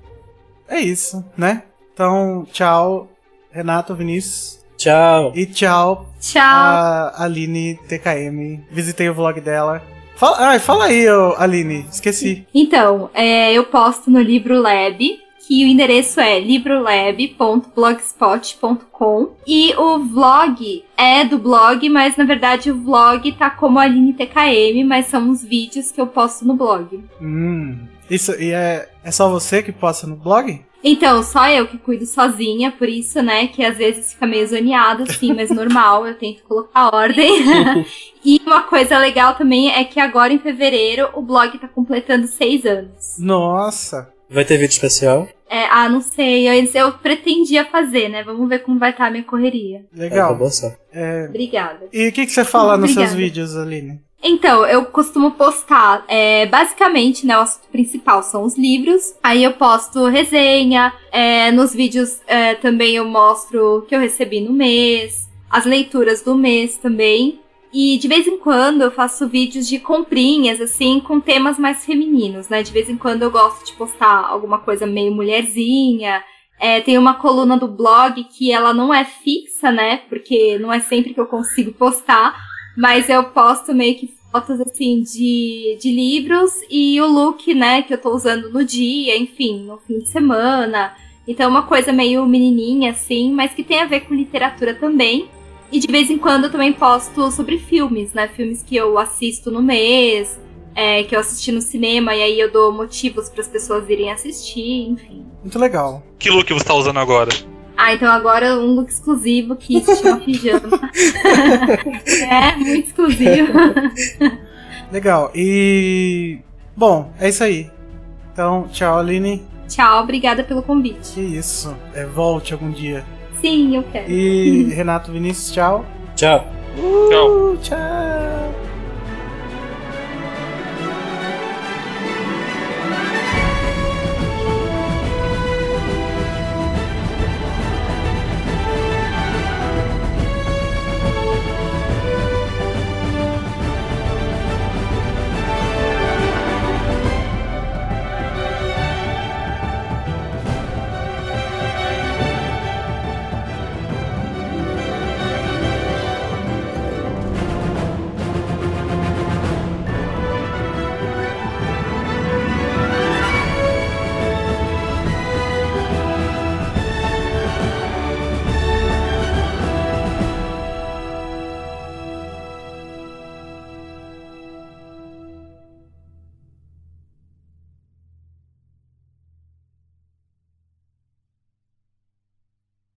S1: é isso, né? Então, tchau, Renato Vinícius.
S3: Tchau.
S1: E tchau Ah,
S4: Tchau.
S1: a Aline TKM. Visitei o vlog dela. Fala, ai, fala aí, ô, Aline. Esqueci.
S4: Então, é, eu posto no Livro Lab, que o endereço é librolab.blogspot.com. E o vlog é do blog, mas na verdade o vlog tá como Aline TKM, mas são os vídeos que eu posto no blog.
S1: Hum. Isso, e é, é só você que posta no blog?
S4: Então, só eu que cuido sozinha, por isso, né, que às vezes fica meio zoneado, assim, mas normal, eu tento colocar ordem. e uma coisa legal também é que agora em fevereiro o blog tá completando seis anos.
S1: Nossa.
S3: Vai ter vídeo especial?
S4: É, ah, não sei, eu, eu pretendia fazer, né, vamos ver como vai estar a minha correria.
S3: É,
S1: Legal.
S3: tá bom, só.
S4: Obrigada.
S1: E o que, que você fala nos seus
S4: Obrigada.
S1: vídeos, Aline?
S4: Então, eu costumo postar, é, basicamente, né, o assunto principal são os livros. Aí eu posto resenha, é, nos vídeos é, também eu mostro o que eu recebi no mês, as leituras do mês também. E de vez em quando eu faço vídeos de comprinhas, assim, com temas mais femininos, né? De vez em quando eu gosto de postar alguma coisa meio mulherzinha. É, tem uma coluna do blog que ela não é fixa, né? Porque não é sempre que eu consigo postar. Mas eu posto meio que fotos assim de, de livros e o look, né, que eu tô usando no dia, enfim, no fim de semana. Então, uma coisa meio menininha, assim, mas que tem a ver com literatura também. E de vez em quando eu também posto sobre filmes, né? Filmes que eu assisto no mês, é, que eu assisti no cinema, e aí eu dou motivos para as pessoas irem assistir, enfim.
S1: Muito legal.
S2: Que look você tá usando agora?
S4: Ah, então agora um look exclusivo que se chama pijama. é, muito exclusivo.
S1: Legal. E. Bom, é isso aí. Então, tchau, Aline.
S4: Tchau, obrigada pelo convite.
S1: Que isso. É, volte algum dia.
S4: Sim, eu quero.
S1: E Renato Vinícius, tchau.
S3: Tchau.
S2: Tchau.
S1: Uh, tchau.